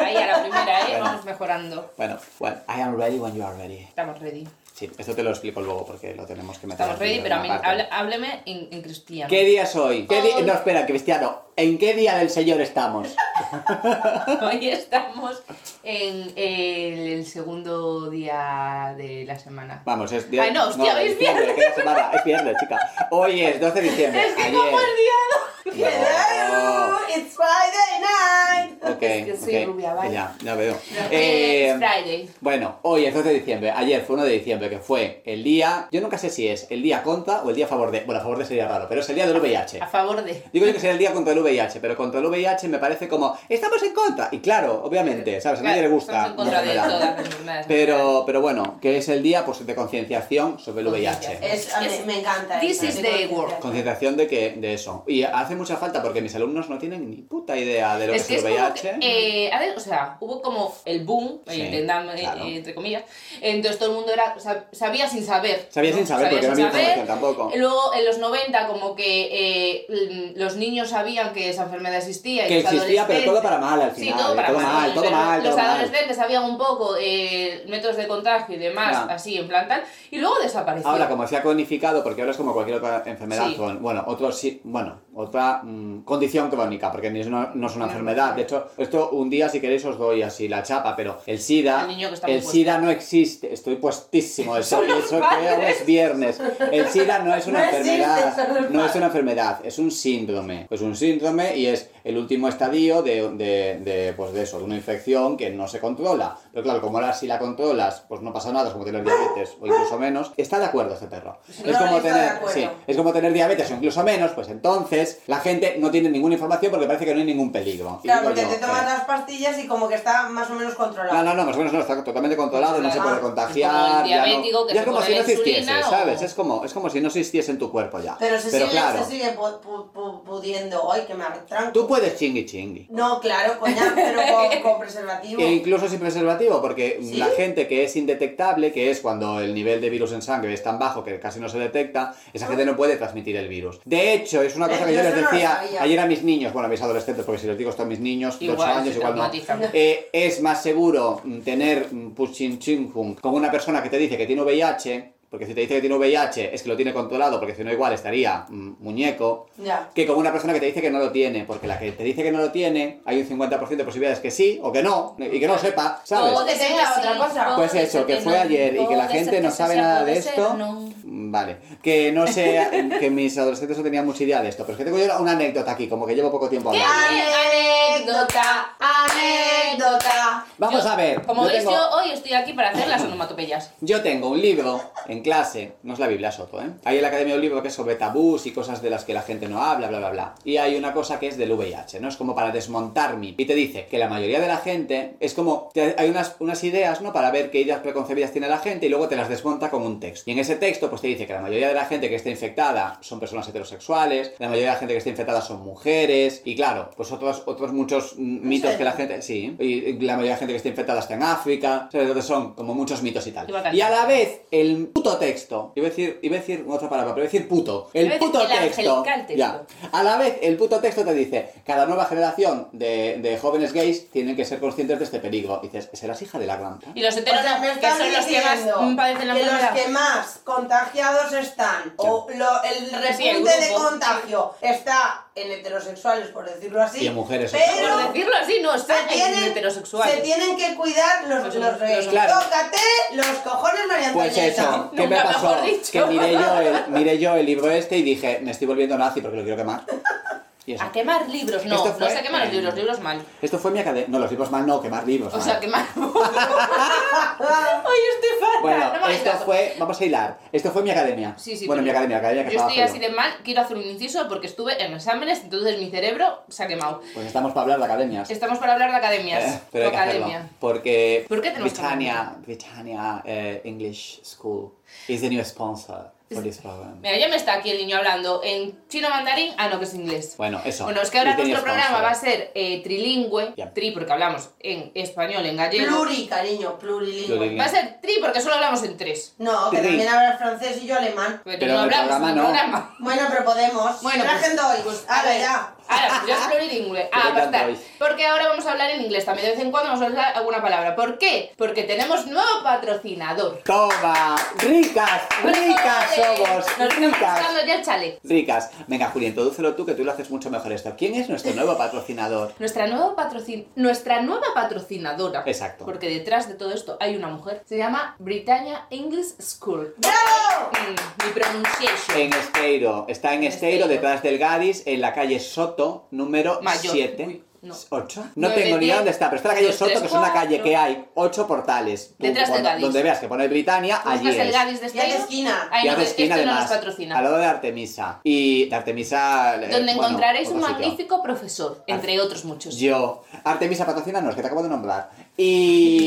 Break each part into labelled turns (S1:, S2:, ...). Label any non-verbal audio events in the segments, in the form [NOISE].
S1: primera, ¿eh?
S2: Bueno.
S1: Vamos mejorando.
S2: Bueno, well, I am ready when you are ready.
S1: Estamos ready.
S2: Sí, esto te lo explico luego porque lo tenemos que meter.
S1: Estamos
S2: aquí
S1: ready,
S2: en
S1: pero a mí,
S2: una parte.
S1: habla- hábleme en, en cristiano.
S2: ¿Qué día es hoy? ¿Qué di-
S1: Hoy.
S2: No, espera, Cristiano. ¿En qué día del Señor estamos?
S1: [LAUGHS] Hoy estamos en el, el segundo día de la semana.
S2: Vamos, es día...
S1: Ay, no, hostia, hoy es
S2: es diciembre,
S1: viernes.
S2: que es semana. Es viernes, chica. Hoy es 12 de diciembre.
S1: Es que
S2: ayer.
S1: como el día
S2: No.
S3: [LAUGHS] Hello, it's Friday night.
S2: Ok,
S1: Es que soy
S2: ok.
S1: rubia, vale.
S2: Ya, ya veo.
S1: no.
S2: Eh,
S1: Es Friday.
S2: Bueno, hoy es 12 de diciembre, ayer fue 1 de diciembre, que fue el día, yo nunca sé si es el día contra o el día a favor de, bueno, a favor de sería raro, pero es el día del VIH.
S1: A favor de.
S2: Digo yo que sería el día contra el VIH, pero contra el VIH me parece como, estamos en contra. Y claro, obviamente, ¿sabes? A nadie le
S1: Estamos
S2: gusta.
S1: en contra
S2: una
S1: de
S2: enfermedad.
S1: todas las enfermedades.
S2: Pero, pero bueno, que es el día pues, de concienciación sobre el VIH.
S1: Concienciación.
S3: Es, a mí
S1: Es-
S3: me encanta.
S1: this
S3: eso,
S1: is
S3: de
S1: the
S3: concienciar.
S1: work.
S2: Concienciación de que de eso. Y hace mucha falta porque mis alumnos no tienen ni puta idea de lo que
S1: Es
S2: es
S1: que
S2: el
S1: es como
S2: VIH.
S1: que, eh, a ver, o sea, hubo como el boom, eh,
S2: Sí,
S1: entendan, eh,
S2: claro.
S1: eh, entre comillas, entonces todo el mundo era, sab- sabía sin saber.
S2: Sabía
S1: ¿no?
S2: sin saber porque no
S1: sin
S2: había
S1: saber.
S2: información tampoco.
S1: Luego, en los 90, como que eh, l- los niños sabían que esa enfermedad existía. y
S2: Que
S1: los
S2: existía, pero todo
S1: adolescentes-
S2: para mal al
S1: Sí,
S2: final. eh,
S1: todo para
S2: todo mal, todo
S1: Pero
S2: mal,
S1: Los
S2: todo mal.
S1: adolescentes sabían un poco eh, métodos de contagio y demás,
S2: Ya.
S1: así, en plan tal, y luego desapareció.
S2: Ahora, como se ha codificado, porque ahora es como cualquier otra enfermedad,
S1: Sí.
S2: con, bueno, otro, sí- bueno, otra mm, condición crónica, porque ni es una- no es una
S1: No,
S2: enfermedad.
S1: no.
S2: De hecho, esto un día, si queréis, os doy así la chapa, pero el SIDA,
S1: El niño que está
S2: el
S1: muy puesto.
S2: SIDA no existe.
S1: [LAUGHS]
S2: Estoy puestísimo, eso,
S1: Son los
S2: eso que
S1: padres.
S2: hoy es viernes. El SIDA
S1: [LAUGHS]
S2: no es una
S3: No existe,
S2: enfermedad,
S3: son los
S2: no es una enfermedad, es un síndrome. Es un síndrome y es el último estadio de, de- de, pues de eso, de una infección que no se controla. Pero claro, como ahora si la controlas, pues no pasa nada, es como tener diabetes o incluso menos. Está de acuerdo este perro.
S3: No,
S2: es, como
S3: está de
S2: tener,
S3: acuerdo.
S2: sí, es como tener diabetes o incluso menos, pues entonces la gente no tiene ninguna información porque parece que no hay ningún peligro. Y
S3: Claro,
S2: digo
S3: porque
S2: yo,
S3: te tomas
S2: eh,
S3: las pastillas y como que está más o menos
S2: no,
S3: controlado.
S2: no, no, más o menos no, está totalmente controlado, no se puede
S3: Ah,
S2: contagiar.
S1: es como el
S2: ya no-
S1: diabético que
S2: ya
S1: se
S2: es como
S1: pone
S2: si no
S1: la insulina
S2: existiese,
S1: o-
S2: ¿sabes? Es como, es como si no existiese en tu cuerpo ya.
S3: Pero se sigue,
S2: claro,
S3: se sigue pu- pu- pu- pudiendo hoy, que me arrastran.
S2: tú puedes chingui chingui.
S3: No, claro, coña, pero con, con preservativo.
S2: [LAUGHS] E incluso sin preservativo, porque
S3: ¿Sí?
S2: la gente que es indetectable, que es cuando el nivel de virus en sangre es tan bajo que casi no se detecta, esa gente no puede transmitir el virus. De hecho, es una cosa
S3: Eh,
S2: que yo
S3: yo
S2: les
S3: eso no lo
S2: decía
S3: sabía.
S2: ayer a mis niños, bueno, a mis adolescentes, porque si les digo esto a mis niños, de 8
S1: Igual,
S2: años,
S1: se
S2: igual no.
S1: traumatizan.
S2: [LAUGHS] Eh, es más seguro mm, tener mm, Puchin Chin Hung con una persona que te dice que tiene VIH, porque si te dice que tiene VIH es que lo tiene controlado, porque si no, igual estaría mm, muñeco
S3: Ya.
S2: que con una persona que te dice que no lo tiene, porque la que te dice que no lo tiene, hay un 50% de posibilidades que sí o que no, y que no sepa,
S1: O
S2: ¿sabes?
S1: que
S3: Sí,
S1: tenga
S3: sí,
S1: otra cosa.
S2: Pues eso, que fue ayer y que la gente no sabe nada de esto. Mm, Vale, que no sea [LAUGHS] que mis adolescentes no tenían mucha idea de esto, pero es que tengo yo una anécdota aquí, como que llevo poco tiempo
S1: ¿Qué?
S2: hablando.
S1: Anécdota, anécdota.
S2: Vamos
S1: Yo-
S2: a ver,
S1: Como
S2: yo
S1: veis,
S2: tengo-
S1: yo hoy estoy aquí para hacer las onomatopeyas.
S2: Yo tengo un libro en clase, no es la Biblia Soto, ¿eh? Hay en la academia un libro que es sobre tabús y cosas de las que la gente no habla, bla, bla, bla. Y hay una cosa que es del VIH, ¿no? Es como para desmontar mi. Y te dice que la mayoría de la gente es como. te- hay unas, unas ideas, ¿no? Para ver qué ideas preconcebidas tiene la gente y luego te las desmonta con un texto. Y en ese texto, pues te dice que la mayoría de la gente que está infectada son personas heterosexuales, la mayoría de la gente que está infectada son mujeres, y claro, pues otros, otros muchos mm, mitos
S3: serio?
S2: que la gente. Sí, y la mayoría de la gente que está infectada está en África, o sea, entonces son como muchos mitos y tal.
S1: Y va a
S2: Y a la vez, el puto texto, iba a decir, iba a decir otra palabra, pero iba a decir puto, el
S1: Iba a decir
S2: puto
S1: el
S2: texto,
S1: angelical texto.
S2: ya. a la vez, el puto texto te dice, cada nueva generación de, de jóvenes gays tienen que ser conscientes de este peligro. Y dices, ¿serás hija de la gran puta?".
S1: Y los
S3: O
S1: heteros,
S3: sea, me
S1: no, que
S3: estás
S1: son los que más
S3: diciendo
S1: mm, padecen la
S3: que los
S1: enfermedad.
S3: que más contagiados están, o lo- el repunte
S1: Sí, el
S3: de
S1: grupo.
S3: contagio está en heterosexuales, por decirlo así.
S2: Y en mujeres,
S3: pero
S1: Por decirlo así, no,
S3: se
S1: están
S3: tienen,
S1: heterosexuales.
S3: se tienen que cuidar los,
S1: Los-
S3: los,
S1: los-
S3: reyes.
S2: claro.
S3: Tócate los cojones, María
S2: Pues
S3: Antonieta.
S2: eso, ¿qué me
S1: Nunca
S2: pasó?
S1: mejor dicho.
S2: Que miré yo, el, miré yo el libro este y dije, me estoy volviendo nazi porque lo quiero quemar. Y eso.
S1: A quemar libros, no,
S2: Esto
S1: no
S2: fue-
S1: se queman los libros, libros mal.
S2: Esto fue mi academia. No, los libros mal no, quemar libros.
S1: O
S2: mal.
S1: sea, quemar. [LAUGHS] Hoy estoy fatal.
S2: Bueno,
S1: no me hagas
S2: esto
S1: caso.
S2: fue, vamos a hilar. Esto fue mi academia.
S1: Sí, sí,
S2: bueno,
S1: pero-
S2: mi academia, la academia que
S1: Yo
S2: estaba
S1: estoy
S2: Julio.
S1: así de mal, quiero hacer un inciso porque estuve en exámenes, entonces mi cerebro se ha quemado.
S2: Pues estamos para hablar de academias.
S1: Estamos para hablar de academias.
S2: Eh, pero hay que
S1: academia.
S2: hacerlo. Porque
S1: ¿Por qué tenemos que
S2: Britannia, Britannia eh, English School is the new sponsor for this program.
S1: Mira, ya me está aquí el niño hablando en chino mandarín, ah, no, que es inglés.
S2: Bueno, eso.
S1: Bueno, es que ahora
S2: is the new
S1: nuestro programa
S2: sponsor.
S1: va a ser eh, trilingüe,
S2: Ya.
S1: tri porque hablamos en español, en gallego.
S3: Pluri, cariño, plurilingüe.
S2: Plurilingüe.
S1: Va a ser tri porque solo hablamos en tres.
S3: No, que
S2: Tri.
S3: también hablas francés y yo alemán.
S1: Pero,
S2: Pero
S1: no
S2: en el
S1: hablamos
S2: programa
S1: en el
S2: no.
S1: programa.
S3: Bueno, pero podemos.
S1: Bueno,
S3: Bueno,
S1: pues-
S3: Trajen doy.
S1: pues, a
S3: Ahora
S1: ver.
S3: ya.
S1: Ahora, yo soy
S2: [LAUGHS]
S1: plurilingüe. Ah,
S2: Pero
S1: basta.
S2: tanto hoy.
S1: Porque ahora vamos a hablar en inglés también. De vez en cuando vamos a hablar alguna palabra. ¿Por qué? Porque tenemos nuevo patrocinador.
S2: Toma, ricas, ricas
S1: ¡Ole!
S2: somos,
S1: Nos estamos
S2: ricas.
S1: buscando ya el chale.
S2: Ricas. Venga, Juli, introdúcelo tú, que tú lo haces mucho mejor esto. ¿Quién es nuestro nuevo patrocinador?
S1: Nuestra nueva, patrocin nuestra nueva patrocinadora.
S2: Exacto.
S1: Porque detrás de todo esto hay una mujer. Se llama Britannia English School.
S3: ¡Bravo!
S1: Mm, mi pronunciation.
S2: En Esteiro. Está en
S1: En
S2: Esteiro,
S1: Esteiro.
S2: detrás del Gadis, en la calle Soto, número
S1: Mayor.
S2: 7.
S1: Uy, no.
S2: 8. No
S1: Nueve,
S2: tengo ni idea
S1: diez,
S2: dónde está, pero está la calle
S1: dos,
S2: Soto,
S1: tres,
S2: que es una calle
S1: cuatro.
S2: que hay 8 portales. Tú,
S1: Detrás del
S2: cuando-
S1: Gadis.
S2: Donde veas que pone Britannia, allí
S1: Buscas el
S2: es.
S1: Gadis de
S3: Y a la
S1: Esteiro.
S3: esquina.
S1: Ay,
S2: y
S1: no,
S2: hace
S1: es que
S2: esquina
S1: esto no
S2: además,
S1: nos patrocina.
S2: al lado de Artemisa. Y de Artemisa... eh,
S1: Donde
S2: bueno,
S1: encontraréis un
S2: otro sitio. Ah.
S1: magnífico profesor, entre otros muchos.
S2: Yo. Artemisa, patrocínanos, que te acabo de nombrar. Y...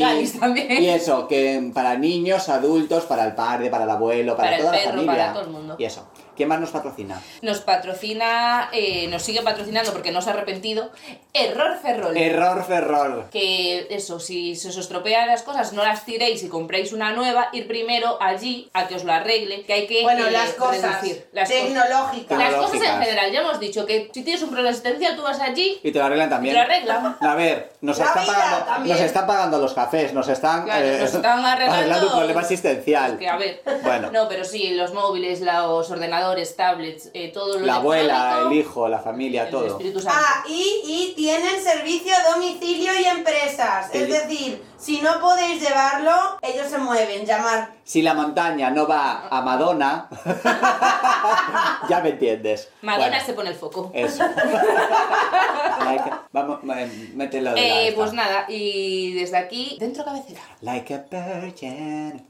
S1: [LAUGHS] Gadis también.
S2: Y eso, que para niños, adultos, para el padre, para el abuelo, para,
S1: Para el
S2: toda la
S1: perro,
S2: familia.
S1: para todo el mundo.
S2: Y eso. ¿Quién más nos patrocina?
S1: Nos patrocina, eh, nos sigue patrocinando porque no se ha arrepentido, Error Ferrol.
S2: Error, ferror.
S1: que eso, si se os estropean las cosas, no las tiréis y compréis una nueva, ir primero allí a que os lo arregle, que hay que
S3: Bueno,
S1: eh,
S3: las cosas
S1: reducir las cosas.
S3: tecnológicas.
S1: Las
S2: Tecnológicas.
S1: cosas en general, ya hemos dicho que si tienes un problema de asistencia, tú vas allí
S2: Y te lo arreglan
S1: y te
S2: también.
S1: lo arreglan.
S2: A ver, nos
S3: La
S2: están,
S3: vida
S2: pagando,
S3: también.
S2: nos están pagando los cafés, nos están,
S1: Claro,
S2: eh,
S1: nos
S2: [LAUGHS]
S1: están arreglando,
S2: un problema asistencial.
S1: pues Que a ver.
S2: Bueno,
S1: No, pero sí, los móviles, los ordenadores, tablets, eh, todo lo
S2: la abuela, el
S1: electrónico,
S2: hijo, la familia,
S1: el
S2: todo.
S1: Espíritu Santo.
S3: Ah, y, y tienen servicio a domicilio y empresas.
S2: Que
S3: Es
S2: yo-
S3: decir, si no podéis llevarlo, ellos se mueven. Llamar.
S2: Si la montaña no va a Madonna, [LAUGHS] ya me entiendes.
S1: Madonna
S2: Bueno,
S1: se pone el foco. [LAUGHS]
S2: Eso. Like a- vamos, eh, mételo de la
S1: Eh,
S2: esta.
S1: pues nada, y desde aquí, dentro cabecera.
S2: Like a virgin.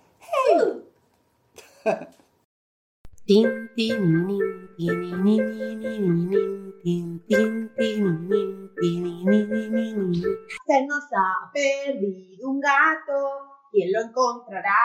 S4: Tin, tin, nin, tin, nin, nin, nin, nin, tin, tin, tin, nin, tin, nin, nin, nin, nin.
S5: Se nos ha perdido un gato, ¿quién lo encontrará?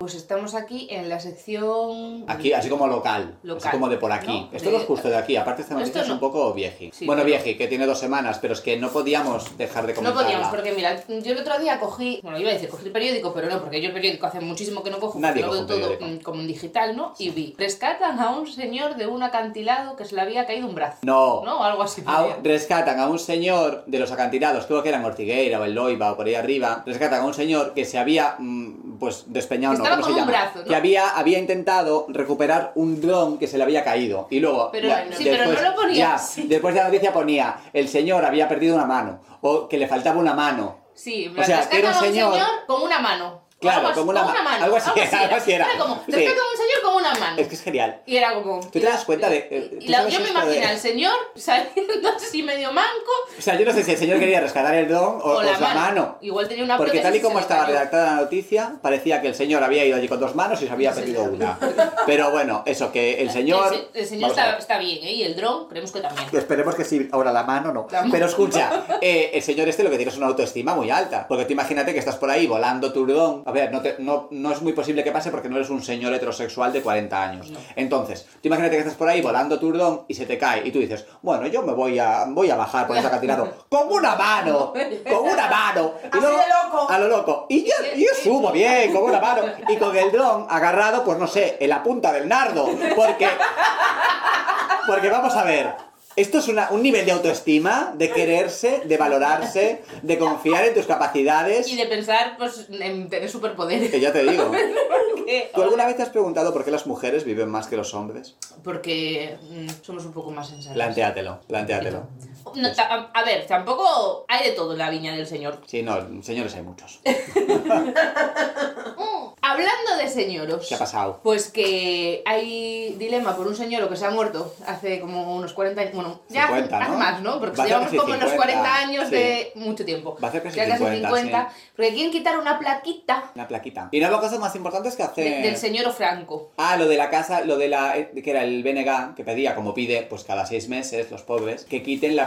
S1: Pues estamos aquí en la sección...
S2: Aquí, así como local, así
S1: Local,
S2: como de por aquí.
S1: ¿no?
S2: Esto
S1: De-
S2: no es justo de aquí, aparte esta noticia
S1: Esto
S2: es un
S1: no.
S2: poco vieji.
S1: Sí,
S2: bueno,
S1: pero-
S2: vieji, que tiene dos semanas, pero es que no podíamos dejar de
S1: No
S2: comentarla.
S1: podíamos, porque mira, yo el otro día cogí, bueno, iba a decir cogí el periódico, pero no, porque yo el periódico hace muchísimo que no cojo, porque
S2: Nadie
S1: lo
S2: coge
S1: veo
S2: un
S1: todo
S2: periódico.
S1: mm, como en digital, ¿no? Y vi, rescatan a un señor de un acantilado que se le había caído un brazo,
S2: No. Ah,
S1: ¿no? O algo así.
S2: A un- rescatan a un señor de los acantilados, creo que eran Ortigueira o el Loiba o por ahí arriba, rescatan a un señor que se había mm, pues despeñado,
S1: Que
S2: no,
S1: estaba
S2: ¿cómo se
S1: con un
S2: llama?
S1: brazo, ¿no?
S2: Que había, había intentado recuperar un dron que se le había caído. Y luego,
S1: Pero no, sí, pero no lo ponía
S2: ya,
S1: así.
S2: después de la noticia ponía, el señor había perdido una mano, o que le faltaba una mano.
S1: Sí, en
S2: O
S1: plan,
S2: sea, que
S1: rescatan
S2: era un
S1: a un
S2: señor-
S1: señor... con una mano.
S2: Claro,
S1: Algo así,
S2: como una
S1: con
S2: ma-
S1: mano.
S2: algo así era, [LAUGHS] algo así era.
S1: como,
S2: Sí.
S1: rescatan a un señor con una mano.
S2: Es que es genial.
S1: Y era como...
S2: ¿Tú te das cuenta de- eh,
S1: y
S2: tú
S1: la-
S2: sabes
S1: yo me
S2: esto de-
S1: imagino al señor [LAUGHS] saliendo así medio manco
S2: [LAUGHS] O sea, yo no sé si
S1: [LAUGHS]
S2: el señor quería rescatar el dron o,
S1: o,
S2: o
S1: la,
S2: la
S1: mano.
S2: mano.
S1: Igual tenía una
S2: Porque
S1: prótesis
S2: tal y
S1: y
S2: como
S1: se le
S2: estaba
S1: cayó.
S2: redactada la noticia, parecía que el señor había ido allí con dos manos y se había
S1: Sí.
S2: perdido una. Pero bueno, eso, que el señor...
S1: El, se- el señor
S2: Vamos a
S1: está,
S2: ver.
S1: está bien, ¿eh? Y el dron, creemos que también.
S2: [LAUGHS] Esperemos que sí, ahora la mano no.
S1: La mano.
S2: Pero escucha, eh, el señor este lo que tiene es una autoestima muy alta. Porque tú imagínate que estás por ahí volando tu dron. A ver, no, te- no, no es muy posible que pase porque no eres un señor heterosexual de 40 años.
S1: No.
S2: Entonces, tú imagínate que estás por ahí volando tu dron y se te cae. Y tú dices, bueno, yo me voy a, voy a bajar por este acantilado. ¡Con una mano! ¡Con una mano!
S3: Así de loco.
S2: A lo loco. Y yo, y yo subo bien, con una mano. Y con el dron agarrado, pues no sé, en la punta del nardo. Porque porque vamos a ver, esto es una- un nivel de autoestima, de quererse, de valorarse, de confiar en tus capacidades.
S1: Y de pensar, pues, en tener superpoderes. [LAUGHS]
S2: Que ya te digo.
S1: Porque,
S2: ¿Tú alguna vez te has preguntado por qué las mujeres viven más que los hombres?
S1: porque mm, somos un poco más sensatos.
S2: Plantéatelo, plantéatelo.
S1: No, ta- a, a ver, tampoco hay de todo en la viña del señor.
S2: Sí, no, señores hay muchos.
S1: Hablando de señoros.
S2: ¿Qué ha pasado?
S1: Pues que hay dilema por un señor que se ha muerto hace como unos 40 años. Bueno, ya hace-
S2: 50, ¿no?
S1: hace, más, ¿no? Porque
S2: Va a ser
S1: llevamos
S2: casi
S1: como unos 40
S2: 50,
S1: años
S2: sí.
S1: de mucho tiempo.
S2: Va a ser casi
S1: ya casi
S2: 50,
S1: 50. Porque quieren quitar una plaquita
S2: Una plaquita. Y una de las cosas más importantes que hace...
S1: de- del señor Franco.
S2: Ah, lo de la casa, lo de la. eh, que era el BNG, que pedía, como pide, pues cada seis meses, los pobres, que quiten la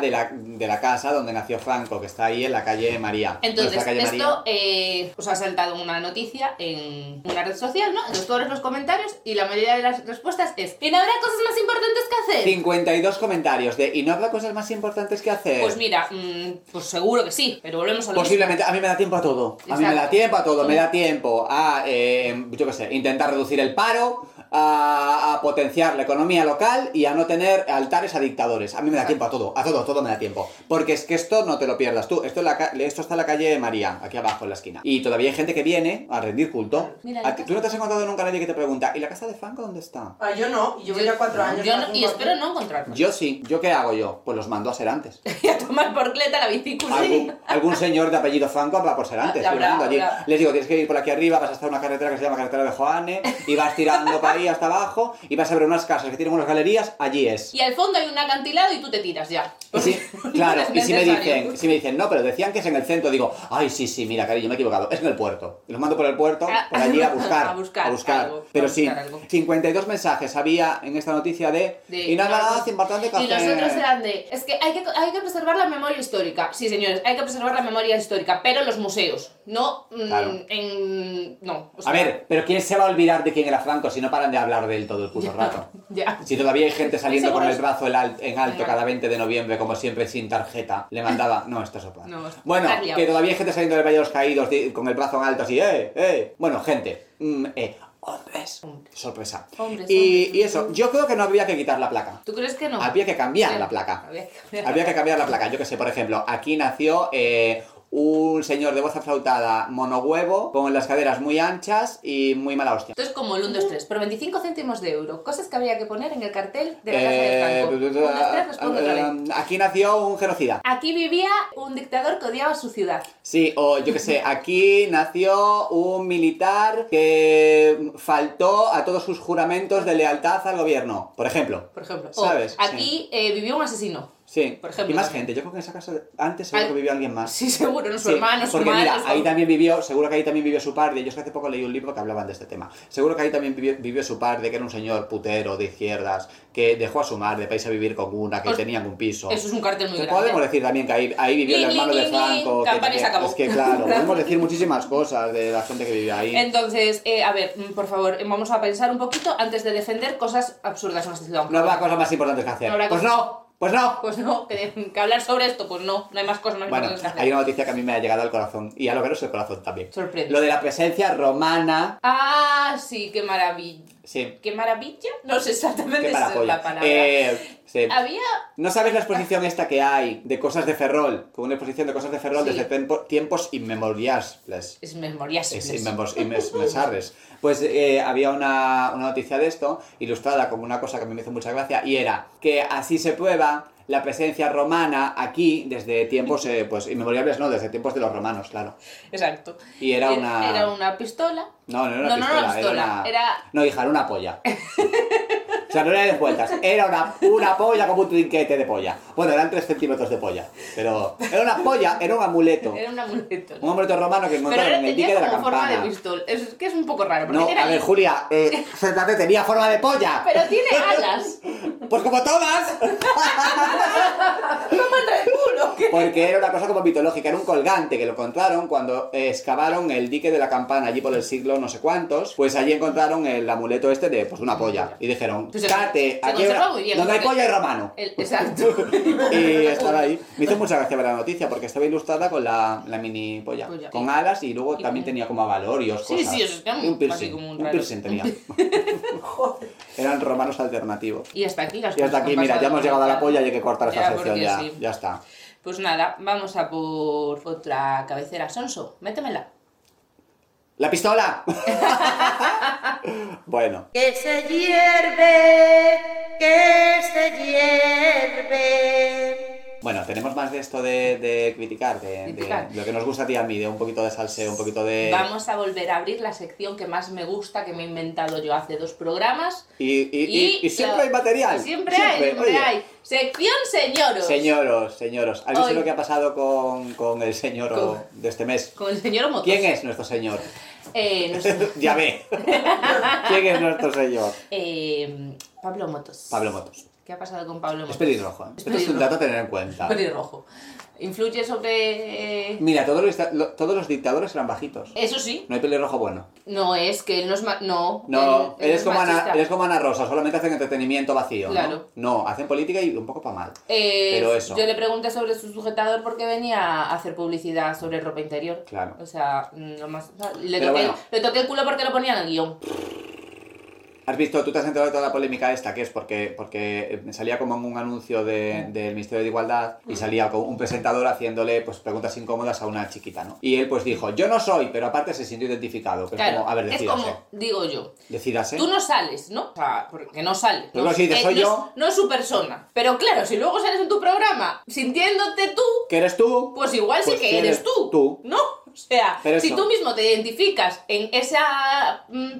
S1: La placa.
S2: de la, de la casa donde nació Franco, que está ahí en la calle María.
S1: Entonces,
S2: Nuestra calle
S1: esto
S2: María.
S1: eh, os ha saltado una noticia en una red social, ¿no? Entonces, todos los comentarios y la mayoría de las respuestas es: ¿Y no habrá cosas más importantes que hacer?
S2: 52 comentarios de. ¿Y no habrá cosas más importantes que hacer?
S1: Pues mira, mm, pues seguro que sí, pero volvemos a lo
S2: Posiblemente, a mí me da tiempo a todo. A mí
S1: Exacto.
S2: me em, da tiempo a todo, me da tiempo a, eh, yo qué sé, intentar reducir el paro, a, a potenciar la economía local y a no tener altares a dictadores. A mí me da tiempo a todo, a todo, todo me da tiempo. Porque es que esto no te lo pierdas tú. Esto, es la ca- esto está en la calle María, aquí abajo en la esquina. Y todavía hay gente que viene a rendir culto.
S1: Mira,
S2: ¿A
S1: la
S2: que-
S1: casa-
S2: ¿Tú no te has encontrado nunca a nadie que te pregunta, ¿y la casa de Franco dónde está?
S3: Ah, yo no, y llevo ya cuatro años.
S1: Yo
S3: para
S1: no- y
S3: cinco
S1: espero
S3: años.
S1: no encontrarme.
S2: Yo sí. ¿Yo qué hago yo? Pues los mando a ser antes.
S1: Y [LAUGHS] a tomar porcleta la bicicleta.
S2: Algún, algún señor de apellido Franco va por ser antes.
S1: Habrá,
S2: yo mando allí.
S1: habrá.
S2: Les digo, tienes que ir por aquí arriba, vas hasta una carretera que se llama Carretera de Joane, y vas tirando para ahí hasta abajo, y vas a ver unas casas que tienen unas galerías, allí es.
S1: Y al fondo hay un acantilado y tú te tiras ya. [LAUGHS]
S2: Y si- claro,
S1: Es
S2: y si me
S1: necesario.
S2: dicen, si me dicen, no, pero decían que es en el centro, digo, ay, sí, sí, mira, cariño, me he equivocado, es en el puerto. Y los mando por el puerto,
S1: Ah,
S2: por allí a
S1: [LAUGHS]
S2: buscar.
S1: a buscar algo,
S2: pero
S1: a buscar
S2: sí,
S1: algo.
S2: 52 mensajes había en esta noticia de,
S1: De-
S2: y nada, hace importante café.
S1: Y los otros eran de, es que hay, que hay que preservar la memoria histórica. Sí, señores, hay que preservar la memoria histórica, pero en los museos, no mm,
S2: Claro.
S1: en... No. o
S2: A
S1: sea,
S2: ver, pero ¿quién se va a olvidar de quién era Franco si no paran de hablar de él todo el puto rato?
S1: [LAUGHS] Ya.
S2: Si todavía hay gente saliendo
S1: Seguro
S2: con el
S1: es-
S2: brazo en al- en alto
S1: Venga.
S2: cada 20 de noviembre, como siempre, sin tarjeta,
S1: [LAUGHS]
S2: le mandaba... No, esto es otra.
S1: No, esto-
S2: bueno,
S1: está liado.
S2: que todavía hay gente saliendo del Valle de los Caídos di- con el brazo en alto así, ¡eh, eh! Bueno, gente, mm, eh, hombres. Sorpresa.
S1: Hombres,
S2: y,
S1: hombres.
S2: y eso, yo creo que no había que quitar la placa.
S1: ¿Tú crees que no?
S2: Había que cambiar
S1: Sí,
S2: la placa.
S1: había que cambiar.
S2: Habría que cambiar la placa. Yo que sé, por ejemplo, aquí nació eh, un señor de voz aflautada, monohuevo, con las caderas muy anchas y muy mala hostia.
S1: Entonces, como el 1, 2, 3, por 25 céntimos de euro, cosas que había que poner en el cartel de la Casa
S2: Eh,
S1: de Franco. 1, 2, 3, los pongo otra vez.
S2: em, aquí nació un genocida.
S1: Aquí vivía un dictador que odiaba su ciudad.
S2: Sí, o yo que sé, aquí nació un militar que faltó a todos sus juramentos de lealtad al gobierno, por ejemplo.
S1: Por ejemplo. O,
S2: ¿Sabes?
S1: Aquí eh, vivió un asesino.
S2: Sí,
S1: Por ejemplo,
S2: y más
S1: también.
S2: gente. Yo creo que en esa casa antes seguro
S1: Al-
S2: que vivió alguien más.
S1: Sí, seguro, no su
S2: Sí,
S1: hermano, su
S2: porque
S1: madre,
S2: mira,
S1: su-
S2: ahí también vivió, seguro que ahí también vivió su padre, yo es que hace poco leí un libro que hablaban de este tema, seguro que ahí también vivió, vivió su padre, que era un señor putero de izquierdas, que dejó a su madre para irse a vivir con una, que
S1: Os-
S2: tenían un piso.
S1: Eso es un cartel muy
S2: Te
S1: grande.
S2: podemos decir también que ahí, ahí vivió el
S1: Ni, ni,
S2: hermano de
S1: ni, ni,
S2: Franco. que
S1: campana y se
S2: también-
S1: acabó.
S2: Es
S1: [LAUGHS]
S2: que claro, podemos decir muchísimas cosas de la gente que vivía ahí.
S1: Entonces, eh, a ver, mm, por favor, eh, vamos a pensar un poquito antes de defender cosas absurdas en esta ciudad.
S2: No habrá cosas más importantes que hacer.
S1: No habrá
S2: pues
S1: cosas-
S2: no, pues no.
S1: Pues no, que, de- que hablar sobre esto, pues no, no hay más cosas más
S2: Bueno,
S1: importantes que
S2: hay
S1: hacer.
S2: una noticia que a mí me ha llegado al corazón y a lo que no es el corazón también.
S1: Sorprende.
S2: Lo de la presencia romana.
S1: Ah, sí, qué maravilla.
S2: Sí,
S1: ¿Qué maravilla? No sé exactamente
S2: qué
S1: si es la
S2: parapolla.
S1: palabra.
S2: Eh, sí.
S1: Había
S2: ¿No sabes la exposición esta que hay de cosas de Ferrol? Con una exposición de cosas de Ferrol
S1: Sí.
S2: desde tempo- tiempos inmemoriales.
S1: Es memorias.
S2: Es inmemos- inmes- mesarres. Pues eh, había una, una noticia de esto, ilustrada como una cosa que a mí me hizo mucha gracia, y era que así se prueba la presencia romana aquí desde tiempos, eh, pues inmemoriales no, desde tiempos de los romanos, claro.
S1: Exacto.
S2: Y era una...
S1: Eh, Era una pistola.
S2: No, no era
S1: No, no era
S2: una pistola,
S1: una pistola,
S2: una-
S1: era-
S2: No, hija, era una
S1: [LAUGHS]
S2: polla. O sea, no era de vueltas, era una, una polla como un trinquete de polla. Bueno, eran 3 centímetros de polla, pero era una polla, era un amuleto.
S1: Era un amuleto.
S2: Un amuleto romano que
S1: Pero
S2: encontraron
S1: era,
S2: en el
S1: tenía
S2: dique de la
S1: como forma de
S2: campana.
S1: pistola. Es que es un poco raro. porque
S2: No,
S1: era
S2: a ver,
S1: ahí.
S2: Julia,
S1: [LAUGHS]
S2: eh, céntrate, tenía forma de polla.
S1: Pero tiene alas. [LAUGHS]
S2: Pues como todas,
S1: Como el
S2: [LAUGHS]
S1: reculo. que-
S2: porque era una cosa como mitológica, era un colgante que lo encontraron cuando eh, excavaron el dique de la campana allí por el siglo no sé cuántos, pues allí encontraron el amuleto este de pues una polla y dijeron,
S1: Pues se- se
S2: "Cate, aquí
S1: conserva
S2: habrá-
S1: muy bien,
S2: donde hay
S1: porque-
S2: polla hay romano."
S1: [LAUGHS] El- exacto.
S2: Y estaba ahí. Me hizo mucha gracia ver la noticia porque estaba ilustrada con la, la mini polla.
S1: Polla.
S2: Con alas y luego
S1: Y
S2: también
S1: con-
S2: tenía como avalorios.
S1: Sí,
S2: cosas.
S1: sí, eso está
S2: Y
S1: muy-
S2: un
S1: así
S2: piercing.
S1: como un
S2: Un,
S1: raro. [LAUGHS]
S2: piercing tenía. [LAUGHS] Eran romanos alternativos.
S1: Y hasta aquí las
S2: Y
S1: cosas
S2: hasta
S1: que
S2: aquí,
S1: han
S2: mira, ya
S1: pasado.
S2: hemos llegado a la polla y hay que cortar esta
S1: Ya,
S2: sección
S1: porque
S2: ya.
S1: sí.
S2: Ya está.
S1: Pues nada, vamos a por otra cabecera. Sonso, métemela.
S2: ¡La pistola! [LAUGHS] bueno,
S4: Que se hierve, que se hierve.
S2: bueno, tenemos más de esto de, de criticar, de, de
S1: Criticar.
S2: lo que nos gusta a ti y a mí, de un poquito de salseo, un poquito de.
S1: Vamos a volver a abrir la sección que más me gusta, que me he inventado yo hace dos programas.
S2: Y, y, y- y siempre
S1: la-
S2: hay material.
S1: Siempre, hay, siempre
S2: oye.
S1: hay. Sección señoros.
S2: Señoros, señoros. ¿Habéis visto
S1: Hoy.
S2: lo que ha pasado con, con el señor o- de este mes?
S1: Con el señor Motos.
S2: ¿Quién es nuestro señor?
S1: Eh, no
S2: [LAUGHS]
S1: sé.
S2: ya
S1: [LAUGHS]
S2: ve. ¿Quién es nuestro señor?
S1: Eh, Pablo Motos.
S2: Pablo Motos.
S1: ¿Qué ha pasado con Pablo
S2: Es
S1: Motos?
S2: pelirrojo. ¿eh?
S1: Es
S2: Esto es un
S1: pelirrojo.
S2: dato a tener en cuenta.
S1: Pelirrojo. ¿Influye sobre...? eh,
S2: Mira, todos los, dicta- lo- todos los dictadores eran bajitos.
S1: Eso sí.
S2: No hay pelirrojo bueno.
S1: No es que él no es... ma- No.
S2: No,
S1: él- él
S2: eres,
S1: es
S2: como Ana,
S1: machista.
S2: eres como Ana Rosa, solamente hacen entretenimiento vacío. ¿no?
S1: Claro.
S2: No, hacen política y un poco para mal.
S1: Eh,
S2: Pero eso.
S1: Yo le pregunté sobre su sujetador porque venía a hacer publicidad sobre ropa interior.
S2: Claro.
S1: O sea, mm, lo más. o sea, le,
S2: Pero
S1: toqué,
S2: bueno.
S1: le toqué el culo porque lo ponía en el guión.
S2: Has visto, tú te has enterado de toda la polémica esta, que es porque, porque eh, salía como en un anuncio de- del Ministerio de Igualdad y salía con un presentador haciéndole pues, preguntas incómodas a una chiquita, ¿no? Y él pues dijo, yo no soy, pero aparte se sintió identificado. Pero es
S1: Claro,
S2: como, a ver,
S1: es
S2: decídase.
S1: como, digo yo,
S2: Decídase.
S1: tú no sales, ¿no? O sea, porque no sales. Eh,
S2: Pero si dices, soy
S1: no es-
S2: yo.
S1: no es su persona. Pero claro, si luego sales en tu programa sintiéndote tú,
S2: ¿Que eres tú?
S1: Pues igual
S2: Pues
S1: sí que
S2: sí
S1: eres,
S2: eres
S1: tú.
S2: tú.
S1: ¿No? O sea,
S2: Pero
S1: si
S2: eso.
S1: tú mismo te identificas en ese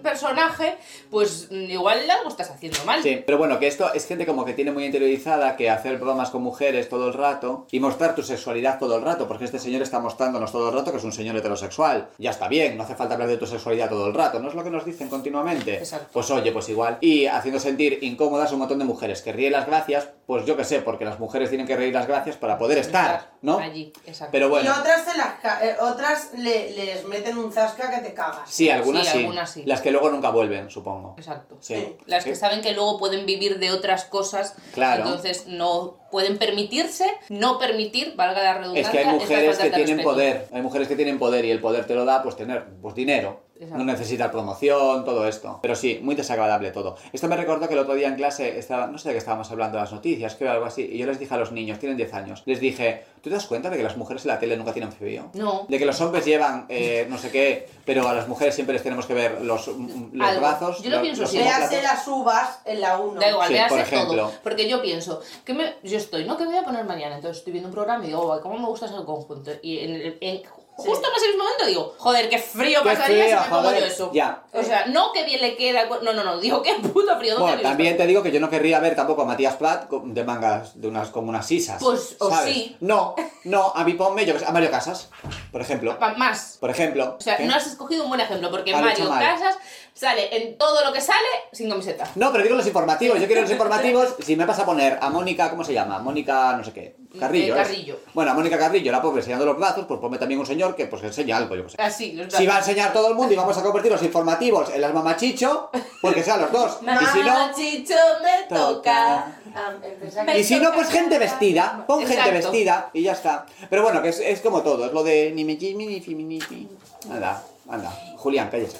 S1: personaje, pues mm, igual algo estás haciendo mal.
S2: Sí, pero bueno, que esto es gente como que tiene muy interiorizada que hacer bromas con mujeres todo el rato y mostrar tu sexualidad todo el rato, porque este señor está mostrándonos todo el rato que es un señor heterosexual. Ya está bien, no hace falta hablar de tu sexualidad todo el rato, no es lo que nos dicen continuamente.
S1: Exacto.
S2: Pues oye, pues igual. Y haciendo sentir incómodas a un montón de mujeres que ríen las gracias, pues yo qué sé, porque las mujeres tienen que reír las gracias para poder estar, ¿no?
S1: Allí, exacto.
S2: Pero bueno.
S3: Y otras, se las ca- eh, otras le- les meten un zasca que te cagas.
S2: Sí, algunas
S1: Sí,
S2: sí.
S1: algunas sí.
S2: Las que luego nunca vuelven, supongo.
S1: Exacto. Eh,
S2: Sí.
S1: Las que
S2: Sí.
S1: saben que luego pueden vivir de otras cosas,
S2: Claro.
S1: entonces no pueden permitirse, no permitir, valga la redundancia,
S2: Es que hay
S1: estas
S2: mujeres
S1: faltas
S2: que
S1: de
S2: tienen
S1: respeto.
S2: poder, hay mujeres que tienen poder y el poder te lo da pues tener pues dinero.
S1: Exacto.
S2: No necesitas promoción, todo esto. Pero sí, muy desagradable todo. Esto me recordó que el otro día en clase estaba, no sé de qué estábamos hablando, las noticias, creo algo así, y yo les dije a los niños, tienen 10 años, les dije, ¿tú te das cuenta de que las mujeres en la tele nunca tienen frío?
S1: No.
S2: De que los hombres llevan eh, no sé qué, pero a las mujeres siempre les tenemos que ver los, mm, los
S1: Algo.
S2: brazos.
S1: Yo lo
S2: los-
S1: pienso
S2: los
S1: Sí,
S3: Véase
S2: homóplatos.
S3: las uvas en la 1.
S1: Da igual,
S2: Sí,
S1: véase
S2: por ejemplo.
S1: todo. Porque yo pienso, que me, yo estoy, ¿no? ¿Qué me voy a poner mañana? Entonces estoy viendo un programa y digo, oh, ¿cómo me gusta ese conjunto? Y en, el- en- justo en ese mismo momento digo, joder, qué frío
S2: Qué
S1: pasaría
S2: frío,
S1: si me pongo
S2: joder.
S1: yo eso.
S2: Ya.
S1: O sea, no que bien le queda. al cuer- No, no, no, digo, qué puto frío. ¿dónde
S2: Bueno,
S1: habéis
S2: también
S1: estado?
S2: te digo que yo no querría ver tampoco a Matías Prat con- de mangas de unas como unas sisas.
S1: Pues, o
S2: ¿sabes?
S1: sí.
S2: No, no, a mí ponme yo que sé, a Mario Casas, por ejemplo.
S1: Pa- Más.
S2: Por ejemplo. ¿eh?
S1: O sea,
S2: ¿Qué?
S1: no has escogido un buen ejemplo, porque
S2: Ha dicho
S1: Mario
S2: mal.
S1: Casas sale en todo lo que sale sin camiseta.
S2: No, pero digo los informativos, yo quiero los informativos. Si me vas a poner a Mónica, ¿cómo se llama? Mónica, no sé qué. Carrillo.
S1: Eh,
S2: ¿es?
S1: Carrillo.
S2: Bueno, a Mónica Carrillo, la pobre enseñando los brazos, pues ponme también un señor que pues enseña algo, yo qué sé.
S1: Así, los
S2: Si va a
S1: brazos.
S2: enseñar todo el mundo y vamos a convertir los informativos en las mamachicho, pues que sean
S1: [LAUGHS]
S2: los dos. Y si no,
S1: Machicho me toca.
S2: toca. Y si no, pues gente vestida. Pon gente
S1: Exacto.
S2: vestida y ya está. Pero bueno, que es, es como todo. Es lo de ni me jimmy, ni fi, ni fi. Anda, anda. Julián, cállese.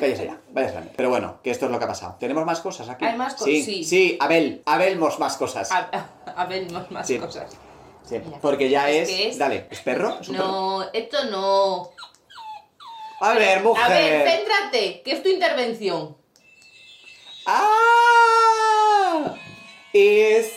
S2: cállese ya. Váyase a la mierda. Pero bueno, que esto es lo que ha pasado. ¿Tenemos más cosas aquí?
S1: Hay más cosas,
S2: Sí,
S1: sí.
S2: sí. Abel. Abel, mos más cosas.
S1: A, a- a ver, más- más
S2: Sí.
S1: cosas.
S2: Sí,
S1: mira.
S2: Porque ya
S1: Es
S2: es...
S1: que es-
S2: Dale, ¿es perro? ¿Es un perro?
S1: No, esto no.
S2: A ver, mujer.
S1: A ver, céntrate, que es tu intervención.
S2: ¡Ah! It's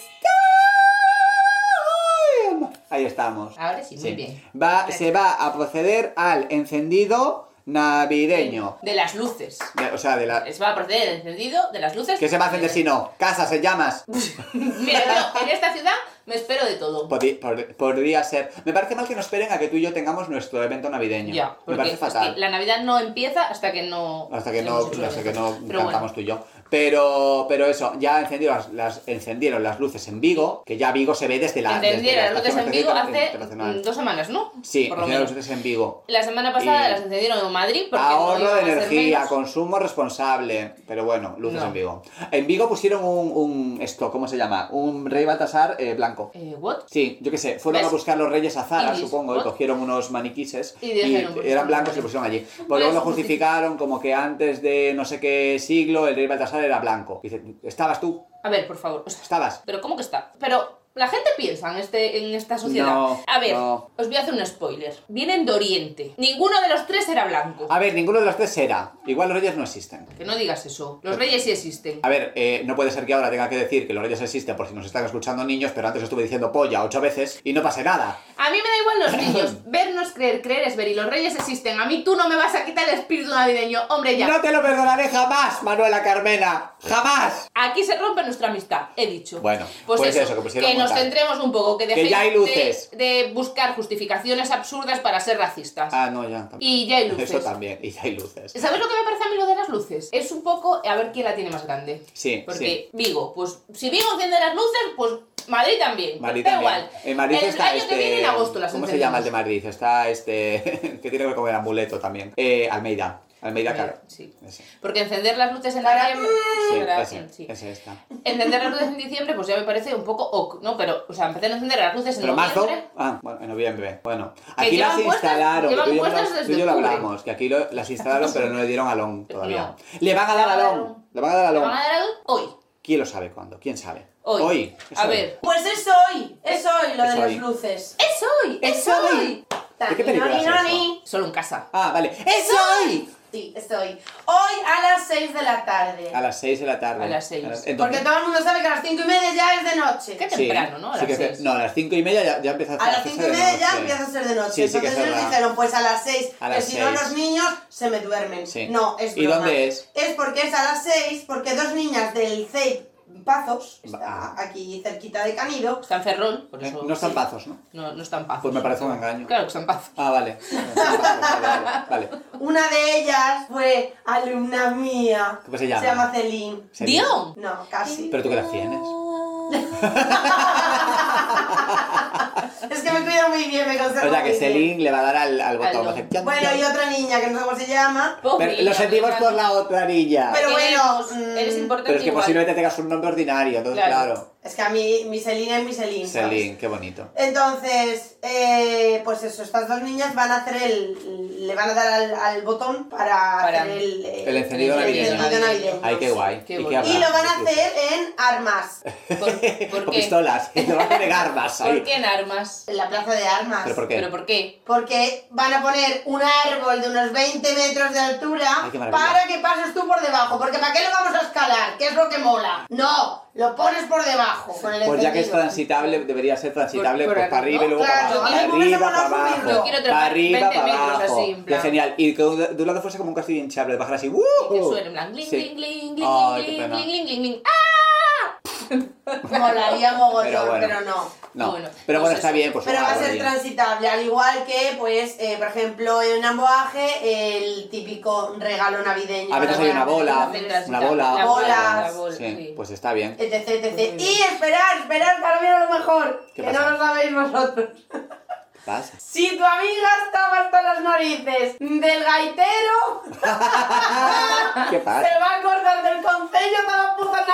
S2: time. Ahí estamos.
S1: Ahora sí, muy
S2: Sí.
S1: bien.
S2: Va, se va a proceder al encendido navideño.
S1: De las luces.
S2: De- o sea, de la.
S1: Es va a proceder el encendido de las luces.
S2: ¿Qué se va a encender si no? Casas en llamas.
S1: [LAUGHS] Mira, yo en esta ciudad me espero de todo.
S2: Podí- pod- podría ser. Me parece mal que nos esperen a que tú y yo tengamos nuestro evento navideño.
S1: Ya,
S2: Me
S1: porque
S2: parece
S1: es que
S2: fatal.
S1: la Navidad no empieza hasta que no.
S2: Hasta que
S1: hemos
S2: no,
S1: hecho el
S2: hasta que
S1: evento.
S2: no
S1: Pero bueno,
S2: cantamos tú y yo. Pero, pero eso, ya encendieron las, las- encendieron las luces en Vigo, que ya Vigo se ve desde la. desde la
S1: encendieron las luces
S2: Estación
S1: en Vigo
S2: Espacial
S1: hace
S2: Internacional.
S1: mm, dos semanas, ¿no?
S2: Sí,
S1: por lo
S2: encendieron las
S1: menos.
S2: luces en Vigo.
S1: La semana pasada
S2: Y-
S1: las encendieron en Madrid porque no
S2: Ahorro
S1: iban a
S2: de
S1: ser
S2: energía,
S1: menos.
S2: consumo responsable. Pero bueno, luces
S1: No.
S2: en Vigo. En Vigo pusieron un, un- esto, ¿cómo se llama? Un rey Baltasar eh, blanco.
S1: Eh, what?
S2: Sí, yo qué sé, fueron
S1: ¿Ves?
S2: a buscar los reyes a Zara,
S1: Y dis-
S2: supongo, y
S1: ¿what?
S2: cogieron unos maniquises
S1: Y
S2: y,
S1: dijeron, pues,
S2: eran
S1: no, no.
S2: blancos y
S1: [LAUGHS]
S2: los pusieron allí. Pues
S1: Vale,
S2: luego lo
S1: se justifica.
S2: justificaron como que antes de no sé qué siglo el rey Baltasar era blanco. Dice, ¿estabas tú?
S1: A ver, por favor. o sea,
S2: ¿Estabas?
S1: Pero ¿cómo que está? Pero la gente piensa en, este, en esta sociedad.
S2: No,
S1: a ver,
S2: no.
S1: os voy a hacer un spoiler. Vienen de Oriente. Ninguno de los tres era blanco.
S2: A ver, ninguno de los tres era. Igual los reyes no existen.
S1: Que no digas eso. Los reyes sí existen.
S2: A ver, eh, no puede ser que ahora tenga que decir que los reyes existen por si nos están escuchando niños, pero antes estuve diciendo polla ocho veces y no pase nada.
S1: A mí me da igual
S2: [COUGHS]
S1: los niños. Ver no es creer, creer es ver. Y los reyes existen. A mí tú no me vas a quitar el espíritu navideño. Hombre, ya.
S2: No te lo perdonaré jamás, Manuela Carmena. ¡Jamás!
S1: Aquí se rompe nuestra amistad, he dicho.
S2: Bueno, pues eso, que pusieron
S1: nos
S2: montar.
S1: centremos un poco, que, dejéis
S2: ya hay
S1: de-
S2: luces.
S1: De, buscar justificaciones absurdas para ser racistas.
S2: Ah, no, ya. también.
S1: Y ya hay luces.
S2: Eso también, y ya hay luces.
S1: ¿Sabes lo que me parece a mí lo de las luces? Es un poco a ver quién la tiene más grande.
S2: Sí,
S1: Porque Vigo, pues si Vigo enciende las luces, pues Madrid también. pues,
S2: Madrid
S1: da
S2: también.
S1: igual.
S2: En Madrid
S1: el
S2: está
S1: año
S2: este...
S1: que viene en agosto las
S2: ¿Cómo se
S1: encendemos.
S2: [LAUGHS] llama el de Madrid? Está este... que tiene que ver con el amuleto también. Eh, Almeida. Almeida Caro.
S1: Sí.
S2: Ese, sí,
S1: Porque encender las luces en
S3: Para-
S1: diciembre. para-
S2: ese,
S1: Ah, sí.
S2: ese está.
S1: Encender las luces en diciembre, pues ya me parece un poco ok, ¿no? Pero, o sea, empezar a encender las luces en
S2: Pero marzo.
S1: noviembre.
S2: Ah, bueno, en noviembre. Bueno, aquí
S1: llevan
S2: las
S1: puestas-
S2: instalaron. que
S1: llevan
S2: tú y yo,
S1: puestas
S2: hablamos- tú
S1: desde
S2: y yo lo
S1: octubre.
S2: hablamos. Que aquí lo-
S1: [LAUGHS]
S2: las instalaron, pero no le dieron a Long todavía.
S1: No.
S2: Le van a dar
S1: Le van
S2: a
S1: a dar
S2: Long.
S1: un-
S2: Le van a dar a
S1: ¿Lo
S2: Long.
S1: van a dar algo? hoy?
S2: ¿Quién lo sabe cuándo? ¿Quién sabe?
S1: Hoy.
S2: ¿Qué
S1: A
S2: sabe?
S1: ver.
S3: Pues es hoy, es hoy lo
S2: Es
S3: de
S2: hoy.
S3: las luces.
S1: ¡Es hoy! ¡Es,
S2: ¡Es hoy!
S1: hoy!
S2: ¿De qué película es eso?
S3: Taninoni.
S1: Solo en casa.
S2: Ah, vale. ¡Es hoy!
S3: Sí, es hoy. Hoy a las 6 de la tarde.
S2: A las 6 de la tarde.
S1: A las seis.
S2: Entonces-
S3: Porque todo el mundo sabe que a las 5 y media ya es de noche.
S1: ¿Qué
S2: Sí,
S1: temprano, no? A
S2: sí
S1: las
S2: que es de-
S1: seis.
S2: No, a las 5 y media ya, ya empieza a
S3: A
S2: hacer-
S3: las 5 y
S2: hacerse de
S3: media ya
S2: noche.
S3: empieza a ser de noche.
S2: Sí, sí que es
S3: Entonces nos
S2: verdad.
S3: dijeron, pues a las 6,
S2: A
S3: que
S2: las
S3: si no
S2: seis.
S3: los niños se me duermen.
S2: Sí.
S3: No, es
S2: ¿Y
S3: broma.
S2: dónde es?
S3: Es porque es a las 6, porque dos niñas del CEIP Pazos,
S2: Ah.
S3: está aquí cerquita de Canido,
S1: Está en Ferrol, por
S2: Eh,
S1: eso.
S2: No están
S1: sí.
S2: pazos, ¿no?
S1: No, no están pazos.
S2: Pues me parece un engaño.
S1: Claro que están pazos.
S2: Ah, vale.
S1: [LAUGHS]
S2: Vale, vale.
S3: una de ellas fue alumna mía.
S2: ¿Cómo se llama?
S3: Se llama Celine.
S2: Sí.
S1: ¡Dion!
S3: No, casi.
S2: Pero tú que las tienes.
S3: Es que me cuido muy bien, me conservo
S2: O sea que
S3: muy bien.
S2: Celine le va a dar al, al botón.
S1: Al
S2: va a hacer chan,
S3: Bueno,
S2: chan.
S3: y otra niña que no sé cómo se llama.
S2: Pero lo sentimos por la otra niña.
S3: Pero bueno, mm,
S1: Eres importante
S2: Pero es que
S1: igual.
S2: posiblemente tengas un nombre ordinario, entonces
S1: Claro.
S2: claro.
S3: Es que a mí, mi Celine es mi Celine. ¿sabes?
S2: Celine, qué bonito.
S3: Entonces, eh, pues eso, estas dos niñas van a hacer el. le van a dar al, al botón para,
S1: Para
S3: hacer el. eh,
S2: El encendido
S1: el
S2: navideño.
S1: encendido navideño.
S2: Ay, qué guay.
S1: Qué
S2: ¿Y qué [LAUGHS]
S1: bonito.
S2: habrá?
S3: y lo van a hacer en armas,
S1: ¿Por, por
S2: Con
S1: qué?
S2: pistolas. [LAUGHS] Y lo van a pegar más ahí.
S1: ¿Por qué en armas?
S3: en la plaza de armas.
S2: ¿Pero por qué?
S1: ¿Pero por qué?
S3: Porque van a poner un árbol de unos 20 metros de altura
S2: Ay, qué maravilla.
S3: para que pases tú por debajo. Porque ¿para qué lo vamos a escalar? ¿Qué es lo que mola? No, lo pones por debajo. Con el
S2: Pues ya que es
S3: encendido.
S2: transitable, debería ser transitable
S1: Por-
S2: pues,
S1: por
S2: para
S1: arriba,
S2: arriba y luego
S3: claro,
S2: para
S3: yo
S2: abajo.
S3: quiero
S2: Para
S3: moverlo
S2: arriba, para
S3: para
S2: abajo.
S3: subirlo. Yo
S1: quiero
S2: para
S1: trepar
S2: arriba,
S1: 20
S2: para
S1: metros,
S2: abajo.
S1: así, en
S2: Qué
S1: plan.
S2: genial. Y que un- de un lado fuese como un castillo hinchable, bajar así. ¡Uh!
S1: Y que suene en plan gling,
S2: Sí.
S1: gling, gling, gling,
S2: Ay, qué
S1: gling,
S2: pena.
S1: gling, gling, gling, gling.
S3: Molaría mogollón,
S2: Pero
S3: pero,
S2: bueno.
S3: no.
S2: No,
S1: Bueno,
S2: pero bueno,
S1: pues
S2: está
S1: eso.
S2: bien, pues
S3: Pero
S2: un
S3: va a
S2: árbol
S3: ser
S2: bien.
S3: transitable, al igual que, pues, eh, por ejemplo, en un amboaje, el típico regalo navideño.
S2: A veces hay una bola,
S3: Etcétera,
S2: una bola.
S1: La bola, la
S3: Bolas.
S1: bola,
S2: Sí,
S1: sí.
S2: pues está
S1: [LAUGHS]
S2: bien.
S3: Etc, etc. Y esperar, esperar, que ahora viene lo mejor,
S2: ¿Qué
S3: que
S2: pasa?
S3: no lo sabéis vosotros.
S2: Pasa.
S3: Si tu amiga estaba hasta las narices del gaitero,
S2: ¿Qué pasa?
S3: se va a acordar del concello todas las putas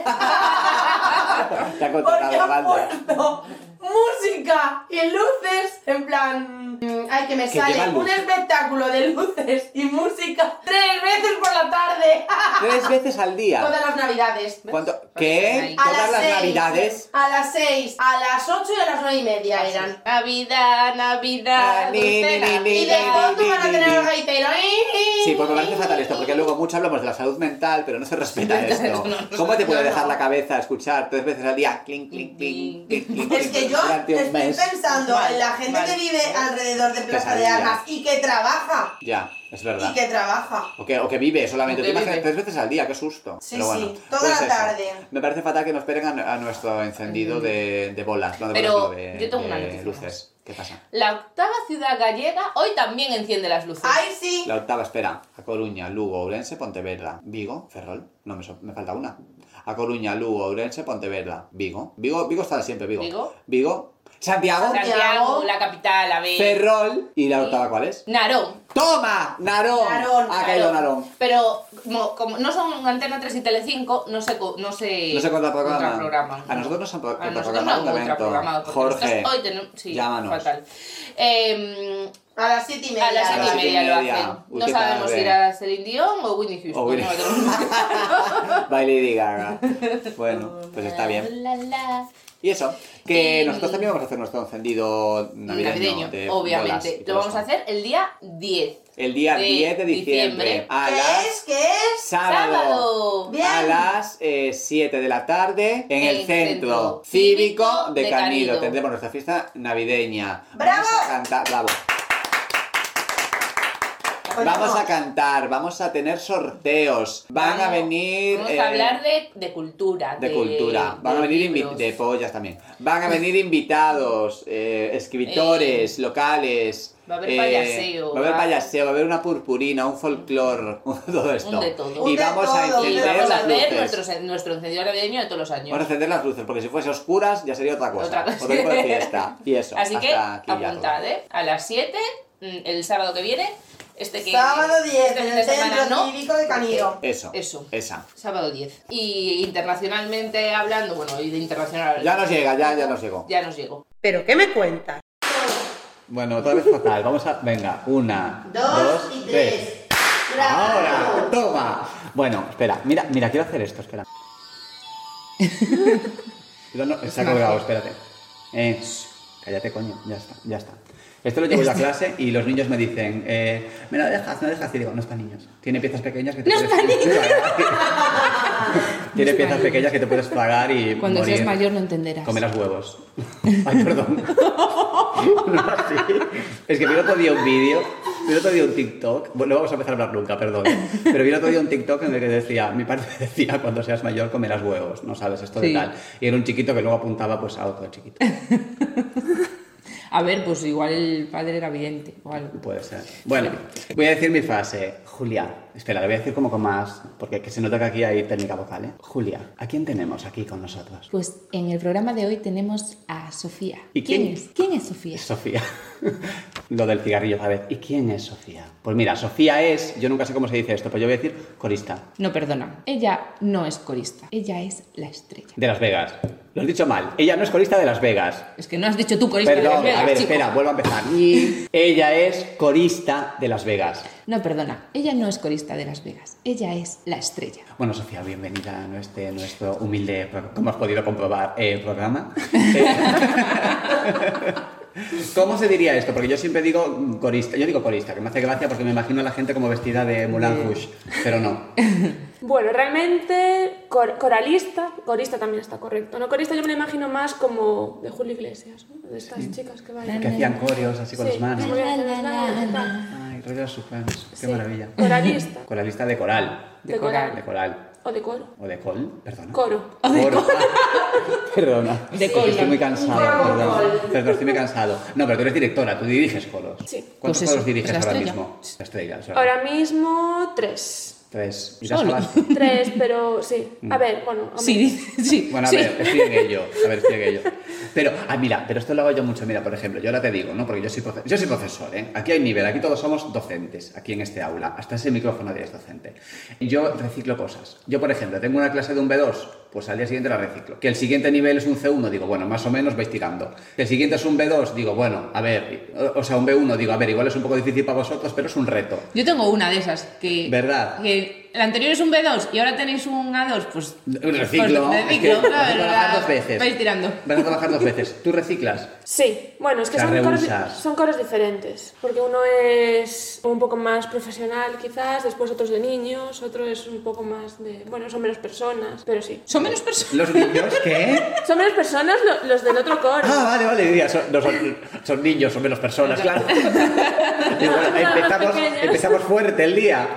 S3: navidades.
S2: [LAUGHS] Te ha contratado
S3: Porque
S2: la
S3: han
S2: banda.
S3: puesto música y luces en plan. mm, Ay, que me
S2: Que
S3: sale
S2: llevan
S3: un
S2: luces.
S3: espectáculo de luces y música tres veces por la tarde.
S2: Tres veces al día.
S3: Todas las navidades.
S2: Ah. ¿Cuánto?
S1: Pues están
S2: ¿Qué?
S1: ahí.
S2: ¿Todas las navidades?
S3: A las seis, a las ocho y a las nueve y media eran.
S1: Navidad,
S2: Ah,
S1: Navidad,
S2: ni, ni,
S1: dulce
S2: ni, ni,
S3: Y de
S2: ni, ni,
S1: Navidad.
S3: fondo van a tener
S2: ni.
S3: los gaiteros.
S2: Sí, pues me parece fatal esto, porque luego mucho hablamos de la salud mental, pero no se
S3: [LAUGHS]
S2: respeta esto.
S1: No, no, no.
S2: ¿Cómo te puede
S3: No,
S2: dejar
S3: no.
S2: la cabeza escuchar tres veces al día? Clink, clink, clink, clink, clink,
S3: Mm. Es que
S2: [LAUGHS] clink,
S3: yo
S2: durante
S3: estoy
S2: un mes.
S3: pensando
S1: Mal,
S3: en la gente
S1: mal.
S3: que vive alrededor de Plaza de
S2: Pesadilla.
S3: Armas y que trabaja.
S2: Ya, es
S3: Y
S2: verdad.
S3: que trabaja.
S2: O que, o que vive solamente.
S1: O que
S2: Te imaginas
S1: vive.
S2: tres veces al día, qué susto.
S3: Sí,
S2: Pero bueno,
S3: sí, toda
S2: pues
S3: la
S2: eso.
S3: tarde. Mm.
S2: Me parece fatal que nos peguen a, a nuestro encendido de, de bolas, no de
S1: Pero
S2: bolas, no, de,
S1: yo tengo una
S2: de
S1: noticia
S2: luces. ¿Qué pasa?
S1: La octava ciudad gallega hoy también enciende las luces.
S3: Ay, sí.
S2: La octava, espera. A Coruña, Lugo, Ourense, Pontevedra, Vigo, Ferrol. No, me, so- me falta una. A Coruña, Lugo, Ourense, Pontevedra, Vigo. Vigo, Vigo está siempre, Vigo.
S1: Vigo.
S2: Vigo. Santiago,
S1: Santiago, la capital, a ver.
S2: Ferrol. ¿Y la octava cuál es?
S1: Narón.
S2: ¡Toma! ¡Narón!
S3: Narón,
S2: ha caído Narón.
S1: Pero como, como no son Antena 3 y Telecinco, no se, co- no se,
S2: No sé cuánto programa.
S1: contraprograman.
S2: A nosotros nos han pro-
S1: A nosotros no
S2: contraprogramado
S1: han
S2: un
S1: contraprogramado.
S2: evento.
S1: porque
S2: Jorge.
S1: nosotros Hoy tenemos... Sí,
S2: llámanos.
S1: fatal. Eh,
S3: A las 7 y media.
S1: a las
S2: A las
S1: 7 y
S2: siete y
S1: media lo
S2: media.
S1: hacen.
S2: Uy,
S1: no
S2: qué
S1: sabemos
S2: tarde.
S1: si era Celine Dion o Winnie Houston.
S2: O Winnie-
S1: no lo tenemos claro.
S2: By
S1: [LAUGHS]
S2: Lady Gaga. Bueno, pues está bien.
S1: La, la, la.
S2: Y eso, que
S1: Y-
S2: nosotros también vamos a hacer nuestro encendido navideño.
S1: Navideño,
S2: de bolas y
S1: obviamente. Lo
S2: todo
S1: vamos
S2: esto.
S1: a hacer el día 10.
S2: El día
S1: de
S2: 10 de diciembre.
S1: diciembre.
S2: A
S3: ¿Qué
S2: las
S3: es? ¿Qué es?
S2: sábado.
S1: Sábado.
S3: Bien.
S2: A las eh, 7 de la tarde en el,
S1: El
S2: centro,
S1: Centro
S2: cívico de,
S1: de
S2: Canido.
S1: Canido.
S2: Tendremos nuestra fiesta navideña.
S3: ¡Bravo!
S2: Vamos a cantar, bravo.
S3: Pues
S2: Vamos
S3: no.
S2: a cantar, vamos a tener sorteos. Van a
S1: Vamos-
S2: venir
S1: Vamos
S2: eh,
S1: a hablar de, de cultura.
S2: de cultura.
S1: de
S2: Van a venir invi-
S1: libros.
S2: de pollas también. Van a venir invitados, eh, escritores, locales.
S1: Eh. va a haber
S2: eh,
S1: payaseo,
S2: Va a haber
S1: va-
S2: payaseo, va a haber una purpurina, un folclore, [LAUGHS] todo esto.
S1: de todo.
S2: Y
S3: Un de
S2: vamos a
S3: todo, un de
S1: Y
S2: encender
S1: vamos a
S2: las
S1: hacer
S2: luces.
S1: nuestro, nuestro encendido navideño de todos los años.
S2: Vamos a encender las luces, porque si fuese oscuras ya sería otra cosa.
S1: Otra cosa.
S2: Otro tipo
S1: [LAUGHS]
S2: de fiesta. Y eso.
S1: Así
S2: hasta
S1: que
S2: aquí ya todo.
S1: apuntad, ¿eh? A las 7, mm, el sábado que viene, Este que.
S3: Sábado 10
S1: este
S3: en
S1: fin
S3: el
S1: de semana,
S3: Centro
S1: ¿no?
S3: Cívico de Canido.
S2: Eso.
S1: Eso.
S2: Esa.
S1: Sábado 10. Y internacionalmente hablando, bueno, y de internacional hablando.
S2: Ya nos llega, ya, ya nos llegó.
S1: Ya nos llegó.
S4: ¿Pero qué me cuentas?
S2: Bueno, otra vez fatal. Vamos a. Venga, una,
S3: Dos y tres.
S2: Ahora, toma. Bueno, espera, mira, mira, quiero hacer
S1: [LAUGHS]
S2: esto, espera. No, no, se ha colgado, espérate. Eh, shh, cállate, coño, ya está, ya está. Esto lo llevo yo a clase y los niños me dicen, eh, me lo dejas, me lo dejas. Y digo, no es para niños. Tiene piezas pequeñas que te puedes [LAUGHS] Tiene piezas pequeñas que te puedes pagar y.
S1: Cuando
S2: morir.
S1: seas mayor no entenderás.
S2: Comerás huevos. [LAUGHS] Ay, perdón. No, sí. Es que vi el otro día un vídeo, vi el otro día un TikTok, bueno, no vamos a empezar a hablar nunca, perdón, pero vi el otro día un TikTok en el que decía, mi padre [LAUGHS] decía, cuando seas mayor comerás huevos, no sabes esto de
S1: Sí.
S2: tal. Y era un chiquito que luego apuntaba pues a otro chiquito.
S1: A ver, pues igual el padre era vidente o algo.
S2: Puede ser. Bueno, voy a decir mi frase. Julia, espera, la voy a decir como con más, porque que se nota que aquí hay técnica vocal, ¿eh? Julia, ¿a quién tenemos aquí con nosotros?
S1: Pues en el programa de hoy tenemos a Sofía.
S2: ¿Y quién?
S1: es? ¿Quién es Sofía?
S2: Sofía. [LAUGHS] Lo del cigarrillo otra vez. ¿Y quién es Sofía? Pues mira, Sofía es, yo nunca sé cómo se dice esto, pero yo voy a decir corista.
S1: No, perdona. Ella no es corista. Ella es la estrella.
S2: De Las Vegas. Lo has dicho mal. Ella no es corista de Las Vegas.
S1: Es que no has dicho tú corista de Las
S2: Perdón,
S1: Vegas,
S2: a ver,
S1: chico.
S2: espera, vuelvo a empezar. Y ella es corista de Las Vegas.
S1: No, perdona. Ella no es corista de Las Vegas. Ella es la estrella.
S2: Bueno, Sofía, bienvenida a nuestro, nuestro humilde, pro- como has podido comprobar, eh, programa. [LAUGHS] Eh, ¿Cómo se diría esto? Porque yo siempre digo mm, corista. Yo digo corista, que me hace gracia porque me imagino a la gente como vestida de Moulin Rouge, pero no.
S6: Bueno, realmente cor- coralista, corista también está correcto. No corista yo me la imagino más como de Julio Iglesias, ¿no? de estas chicas que bailan.
S2: Que hacían coreos así con
S6: Sí,
S2: las manos.
S6: muy bien, las manos, tal.
S2: Ay, rollo de sus manos. Qué
S6: Sí.
S2: maravilla.
S6: Coralista
S2: Coralista de coral.
S1: De
S6: De
S1: coral.
S2: De
S6: coral.
S2: coral.
S6: o de coro.
S2: O de col, perdona.
S6: Coro.
S2: Coro. [LAUGHS] perdona.
S1: De
S2: Es que
S1: col.
S2: Estoy muy cansado,
S3: Coro con
S2: perdón.
S3: col.
S2: Perdón, estoy muy cansado. No, pero tú eres directora, tú diriges coros.
S6: Sí.
S2: ¿Cuántos
S1: Pues eso,
S2: coros diriges
S1: es la
S2: ahora
S1: estrella.
S2: mismo? La estrella. o sea,
S6: Ahora mismo tres.
S2: Tres. ¿Y las
S1: Solo.
S2: alas?
S6: Tres, pero sí. A ver, bueno. hombre.
S1: Sí, dice- sí.
S2: Bueno, a
S1: sí.
S2: ver, estoy en ello. A ver, estoy en ello. Pero, ah, mira, pero esto lo hago yo mucho. Mira, por ejemplo, yo ahora te digo, ¿no? Porque yo soy, profe- yo soy profesor, ¿eh? Aquí hay nivel, aquí todos somos docentes, aquí en este aula. Hasta ese micrófono eres docente. Yo reciclo cosas. Yo, por ejemplo, tengo una clase de un B2, pues al día siguiente la reciclo. Que el siguiente nivel es un C1, digo, bueno, más o menos vais tirando. Que el siguiente es un B2, digo, bueno, a ver, o- o sea, un B1, digo, a ver, igual es un poco difícil para vosotros, pero es un reto.
S1: Yo tengo una de esas que.
S2: ¿Verdad?
S1: Que la anterior es un B2 y ahora tenéis un A2, pues.
S2: Un reciclo.
S1: pues,
S2: es que
S1: reciclo,
S2: vas a
S1: ¿sabes?
S2: trabajar
S1: La-
S2: dos veces.
S1: Vais tirando.
S2: Vas a trabajar dos veces. ¿Tú reciclas?
S6: Sí, bueno, es que
S2: Las
S6: son coros,
S2: rehusas.
S6: son coros diferentes, porque uno es un poco más profesional quizás, después otros de niños, otro es un poco más de, bueno, son menos personas, pero sí.
S1: Son menos personas.
S2: ¿Los niños qué?
S6: Son menos personas lo- los del otro coro.
S2: Ah, vale, vale, diría, son, no son, son niños, son menos personas, claro. Y bueno, empezamos,
S6: pequeños.
S2: empezamos fuerte el día.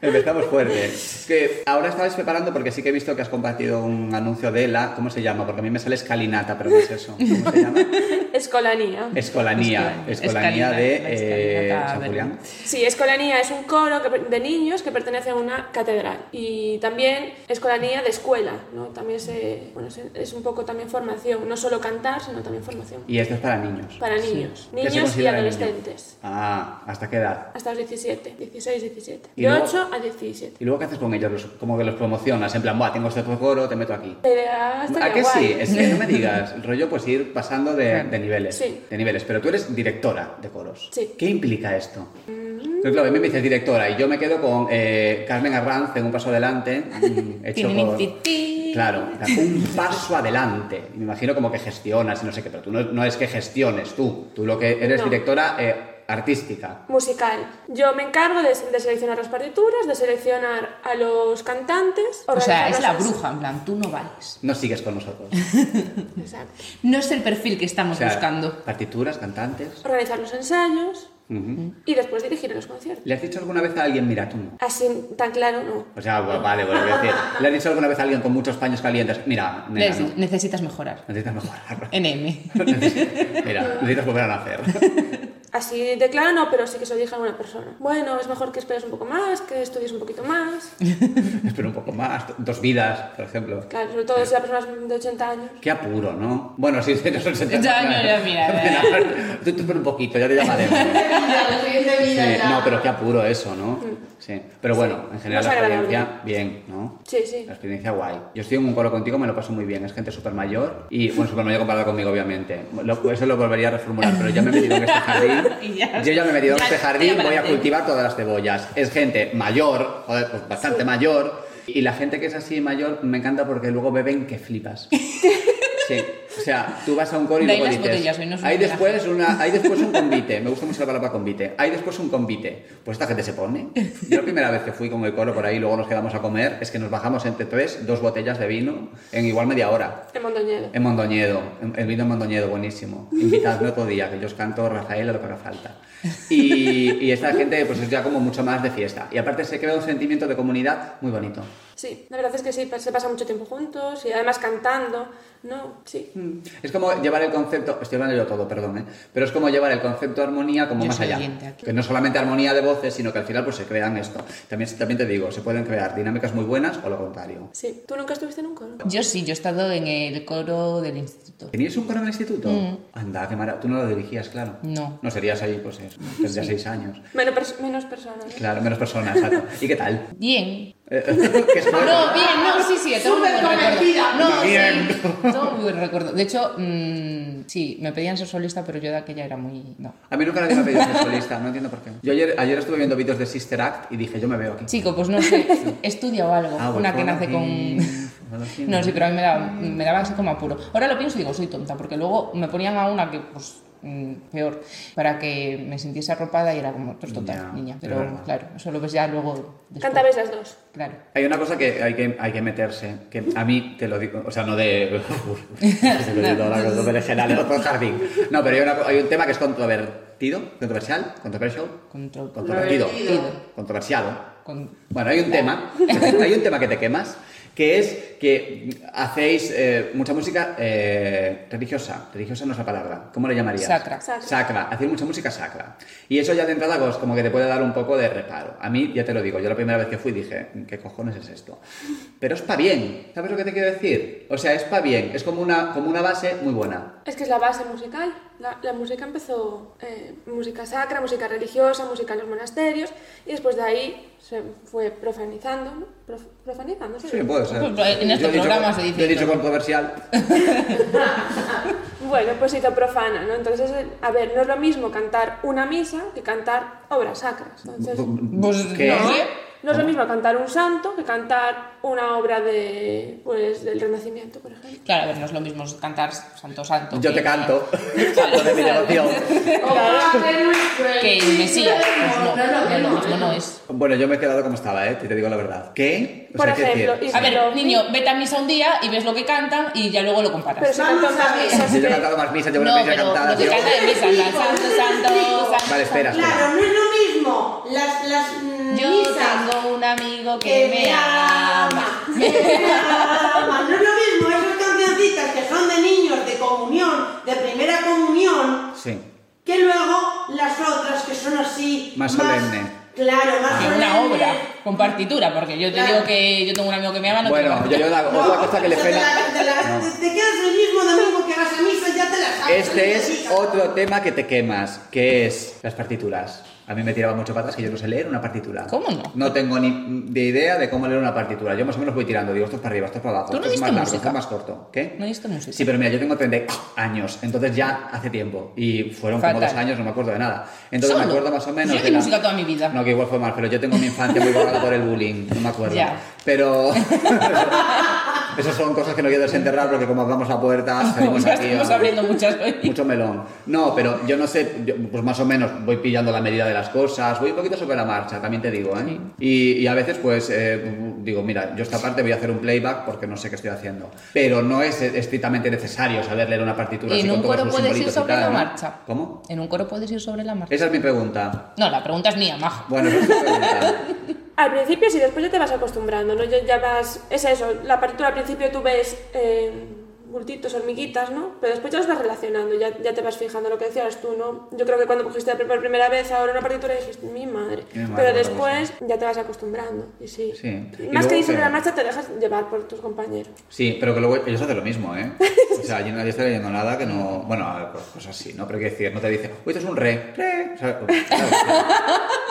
S2: Empezamos fuerte. Que ahora estabais preparando porque sí que he visto que has compartido un anuncio de la. ¿Cómo se llama? Porque a mí me sale escalinata, pero no es eso. ¿Cómo se llama?
S6: Escolanía.
S2: Escolanía.
S1: Escolanía.
S2: Escolanía
S1: Escalina,
S2: de eh,
S1: escalinata,
S2: San
S1: verde.
S2: Julián.
S6: Sí, Escolanía es un coro que per- de niños que pertenece a una catedral. Y también Escolanía de escuela, ¿no? También se, bueno, se- es un poco también formación, no solo cantar, sino también formación.
S2: Y esto es para niños.
S6: Para niños,
S2: ¿Qué se
S6: niños y
S2: considera niño?
S6: adolescentes.
S2: Ah, ¿hasta qué edad?
S6: Hasta los 17, 16, 17.
S2: Y
S6: De
S2: luego-
S6: 8 a 17.
S2: ¿Y luego qué haces con ellos? Los- Como que los promocionas, en plan, Buah, tengo este otro coro, te meto aquí.
S6: La idea estaría
S2: ¿A que
S6: guay.
S2: sí? Es que no me digas. El rollo, pues ir pasando de, de niveles.
S6: Sí.
S2: De niveles. Pero tú eres directora de coros.
S6: Sí.
S2: ¿Qué implica esto? Pero claro, a mí me dices directora y yo me quedo con eh, Carmen Arranz en un paso
S6: [LAUGHS]
S2: adelante. mm, hecho
S1: Tienen
S2: por-
S1: ti, ti.
S2: Claro, o sea, un paso adelante. Me imagino como que gestionas y no sé qué, pero tú no, no es que gestiones tú. Tú lo que eres
S6: No.
S2: directora eh, artística.
S6: Musical. Yo me encargo de, de seleccionar las partituras, de seleccionar a los cantantes.
S1: O sea,
S6: organizar
S1: es la
S6: las-
S1: bruja, en plan, tú no vales.
S2: No sigues con nosotros.
S6: Exacto.
S1: No es el perfil que estamos
S2: O
S6: [LAUGHS]
S2: sea,
S1: buscando.
S2: Partituras, cantantes.
S6: Organizar los ensayos
S2: Ujú.
S6: y después dirigir los conciertos.
S2: ¿Le has dicho alguna vez a alguien, mira tú no?
S6: Así, tan claro, no.
S2: O sea, bueno, vale, bueno, quiero decir, ¿le has dicho alguna vez a alguien con muchos paños calientes? Mira,
S1: Le
S2: nena,
S1: dices,
S2: no.
S1: Necesitas mejorar.
S2: necesitas mejorar.
S1: NM.
S2: Mira, necesitas volver a nacer. [LAUGHS]
S6: Así de claro no, pero sí que se lo dije a una persona. Bueno, es mejor que esperes un poco más, que estudies un poquito más.
S2: Espero un poco más, do- dos vidas, por ejemplo.
S6: Claro, sobre todo si la persona es de 80 años.
S2: Qué apuro, ¿no? Bueno, sí, no son 70.
S1: Ya, no, ya,
S2: [LAUGHS]
S1: mira,
S2: Tú, tú por un poquito, ya
S1: [LAUGHS]
S2: te llamaremos. Sí, no, pero qué apuro eso, ¿no?
S1: Mm.
S2: Sí. Pero bueno, en general
S6: Más
S2: la
S6: agradable.
S2: experiencia, bien, ¿no?
S6: Sí, sí.
S2: La experiencia guay. Yo estoy en un coro contigo, me lo paso muy bien. Es gente súper mayor y, bueno, súper mayor comparado conmigo, obviamente. Lo- eso lo volvería a reformular, pero ya me he metido en este jardín.
S1: [LAUGHS] Y ya.
S2: Yo ya me he metido en
S1: Ya,
S2: este jardín,
S1: tira
S2: voy a
S1: pa'lante.
S2: cultivar todas las cebollas. Es gente mayor, joder, pues bastante mayor. Y la gente que es así mayor me encanta porque luego beben que flipas. Sí, o sea, tú vas a un coro y
S1: De ahí
S2: luego
S1: las botellas, hoy no
S2: dices,
S1: es
S2: hay
S1: un relajo".
S2: después, una, hay después un convite, me gusta mucho la palabra convite, hay después un convite, pues esta gente se pone. Yo la primera vez que fui con el coro por ahí, luego nos quedamos a comer, es que nos bajamos entre tres, dos botellas de vino en igual media hora.
S6: En Mondoñedo.
S2: En Mondoñedo, en- el vino en Mondoñedo, buenísimo. Invitadme otro día, que yo os canto Rafael a lo que haga falta. Y, y esta gente, pues es ya como mucho más de fiesta. Y aparte se crea un sentimiento de comunidad muy bonito.
S6: Sí, la verdad es que sí, pa- se pasa mucho tiempo juntos y además cantando. No, sí.
S2: Es como llevar el concepto, estoy hablando yo todo, perdón, ¿eh? pero es como llevar el concepto de armonía como
S1: Yo
S2: más
S1: soy
S2: allá.
S1: oyente aquí.
S2: Que no solamente armonía de voces, sino que al final pues se crean esto. También, también te digo, se pueden crear dinámicas muy buenas o lo contrario.
S6: Sí. ¿Tú nunca estuviste en un coro?
S1: Yo sí, yo he estado en el coro del instituto.
S2: ¿Tenías un coro en el instituto? Anda, qué maravilla. Tú no lo dirigías, claro.
S1: Mm. No.
S2: No serías ahí, pues eso, tendrías seis años.
S6: Menos, pers- menos personas. ¿eh?
S2: Claro, menos
S1: [LAUGHS]
S2: personas, exacto. ¿Y qué tal?
S1: Bien.
S2: Eh, ¿Qué es coro?
S1: No, bien, no, sí, sí, tengo un buen recuerdo. No,
S2: Bien.
S1: sí, tengo un buen recuerdo. De hecho, mm, sí, me pedían ser solista, pero yo de aquella era muy... No.
S2: A mí nunca nadie me ha pedido ser solista, no entiendo por qué. Yo ayer, ayer estuve viendo vídeos de Sister Act y dije, yo me veo aquí.
S1: Chico, pues no sé,
S2: [LAUGHS]
S1: estudia o algo.
S2: Ah, bueno,
S1: Una que
S2: bueno, mm.
S1: nace
S2: sí,
S1: con...
S2: bueno, sí.
S1: [LAUGHS] No, sí, pero a mí me daba, me daba así como apuro. Ahora lo pienso y digo, soy tonta, porque luego me ponían a una que, pues, mm, peor, para que me sintiese arropada y era como, pues total,
S2: Ya,
S1: niña.
S2: es
S1: Pero
S2: verdad.
S1: claro, eso lo ves ya luego. después.
S6: Cantabais las dos.
S1: Claro.
S2: Hay una cosa que hay que, hay que meterse, que a mí te lo digo, o sea, no de. [LAUGHS] Se me ha olvidado la cosa, no, berenjenal, el otro jardín. No, pero hay, una co- hay un tema que es controvertido, controversial, controversial,
S1: Contro-
S2: controvertido,
S7: Controvertido.
S2: controversiado.
S1: con-
S2: Bueno, hay
S1: [LAUGHS]
S2: un tema, hay un tema que te quemas, que es que hacéis eh, mucha música eh, religiosa, religiosa no es la palabra, ¿cómo le llamarías?
S1: Sacra.
S6: Sacra.
S2: Sacra, hacéis mucha música sacra. Y eso ya de entrada pues, como que te puede dar un poco de reparo. A mí, ya te lo digo, yo la primera vez que fui dije, ¿qué cojones es esto? Pero es pa' bien, ¿sabes lo que te quiero decir? O sea, es pa' bien, es como una, como una base muy buena.
S6: Es que es la base musical. La, la música empezó eh, música sacra, música religiosa, música en los monasterios y después de ahí se fue profanizando. ¿no? Prof- profanizando, ¿sí?
S2: Sí, puede ser.
S1: Pues, en este
S2: Yo he dicho-
S1: programa se dice
S2: Yo he dicho
S1: todo.
S2: controversial.
S6: Bueno, pues se hizo profana, ¿no? Entonces, eh, a ver, no es lo mismo cantar una misa que cantar obras sacras. Entonces,
S1: Pues,
S2: ¿Qué?
S1: no
S6: ¿no?
S1: sé.
S6: No es lo mismo cantar un santo que cantar una obra de, pues, del Renacimiento, por ejemplo.
S1: Claro, a ver, no es lo mismo cantar Santo Santo.
S2: Yo
S1: que- [LAUGHS]
S2: te canto, santo de mi devoción.
S1: Que me sigas. Pues no, no, lo mismo no es.
S2: Bueno, yo me he quedado como estaba, ¿eh? Te te digo la verdad. ¿Qué? O
S6: Por
S2: sea, ¿qué
S6: ejemplo,
S2: decir?
S6: y-
S1: A ver,
S6: Pero-
S1: niño, vete a misa un día y ves lo que cantan y ya luego lo
S6: Pero
S1: comparas.
S6: se cantan
S7: Vamos a
S6: más
S7: ver.
S6: misas
S2: Si yo he
S6: que-
S2: cantado más misa, yo
S1: No,
S2: una misa
S1: pero
S2: cantada,
S1: lo que
S2: tío.
S1: canta de misa, en plan, Santo, Santo, Santo.
S2: Vale, espera, espera.
S7: Claro, no es lo mismo las, las mm,
S1: Yo
S7: misas
S1: tengo un amigo
S7: que
S1: que me ama.
S7: [LAUGHS] que me ama. No es lo mismo esas cancioncitas que son de niños de comunión, de primera comunión,
S2: Sí.
S7: que luego las otras que son así.
S2: Más solemne. Ah.
S7: Claro, más
S1: Que
S7: solemne.
S1: una obra con partitura, porque yo te
S7: Claro.
S1: digo que yo tengo un amigo que me ama, no
S2: Bueno,
S1: tengo
S2: yo, yo la,
S7: No,
S2: otra cosa que le
S7: o sea,
S2: pena.
S7: Te, la- te la-
S2: No.
S7: te- te quedas el mismo domingo que vas a misa, ya te la sabes.
S2: Este es
S7: cancioncitas.
S2: otro tema que te quemas, que es las partituras. A mí me tiraba mucho patas que yo no sé leer una partitura.
S1: ¿Cómo no?
S2: No tengo ni de idea de cómo leer una partitura. Yo más o menos voy tirando, digo, esto es para arriba, esto es para abajo.
S1: ¿Tú no
S2: esto es
S1: diste
S2: más largo,
S1: música?
S2: esto es más corto. ¿Qué?
S1: [LAUGHS] No diste música.
S2: Sí, pero mira, yo tengo 30 años, entonces ya hace tiempo. Y fueron como
S1: Fatal.
S2: dos años, no me acuerdo de nada. Entonces me
S1: Solo.
S2: acuerdo más o menos.
S1: Yo
S2: de
S1: di
S2: la-
S1: música toda mi vida. [LAUGHS]
S2: No, que igual fue mal, pero yo tengo mi infancia muy borrada por el bullying, no me acuerdo.
S1: Ya.
S2: Pero. [LAUGHS] Esas son cosas que no quiero desenterrar porque como abramos
S1: [LAUGHS]
S2: la puerta, salimos
S1: Ya
S2: aquí.
S1: estamos
S2: a-
S1: abriendo muchas hoy.
S2: mucho melón. No, pero yo no sé, yo, pues más o menos voy pillando la medida de las cosas, voy un poquito sobre la marcha, también te digo, ¿eh? Y, y a veces pues eh, digo, mira, yo esta parte voy a hacer un playback porque no sé qué estoy haciendo. Pero no es estrictamente necesario saber leer una partitura.
S1: ¿Y
S2: así
S1: en
S2: con
S1: un
S2: todos
S1: coro
S2: los
S1: puedes ir
S2: simbolitos y
S1: sobre
S2: tal,
S1: la
S2: ¿no?
S1: marcha?
S2: ¿Cómo?
S1: En un coro puedes ir sobre la marcha.
S2: Esa es mi pregunta.
S1: No, la pregunta es mía, majo. [LAUGHS]
S2: Bueno, esa es mi pregunta.
S6: Al principio sí, después ya te vas acostumbrando, ¿no? Ya, ya vas... Es eso, la partitura al principio tú ves... eh, bultitos, hormiguitas, ¿no? Pero después ya los vas relacionando, ya, ya te vas fijando lo que decías tú, ¿no? Yo creo que cuando cogiste por primera vez ahora una partitura dijiste, mi madre.
S2: Qué madre,
S6: Pero
S2: madre,
S6: después ya te vas acostumbrando, y sí.
S2: Sí. Y
S6: Más
S2: luego,
S6: que irse de
S2: pero-
S6: la marcha, te dejas llevar por tus compañeros.
S2: Sí, pero que luego ellos hacen lo mismo, ¿eh? O sea, yo nadie está leyendo nada que no. Bueno, a ver, pues cosas así, ¿no? Pero hay que decir, no te dice, uy, esto es un re, re. O sea, como- ¿sabes?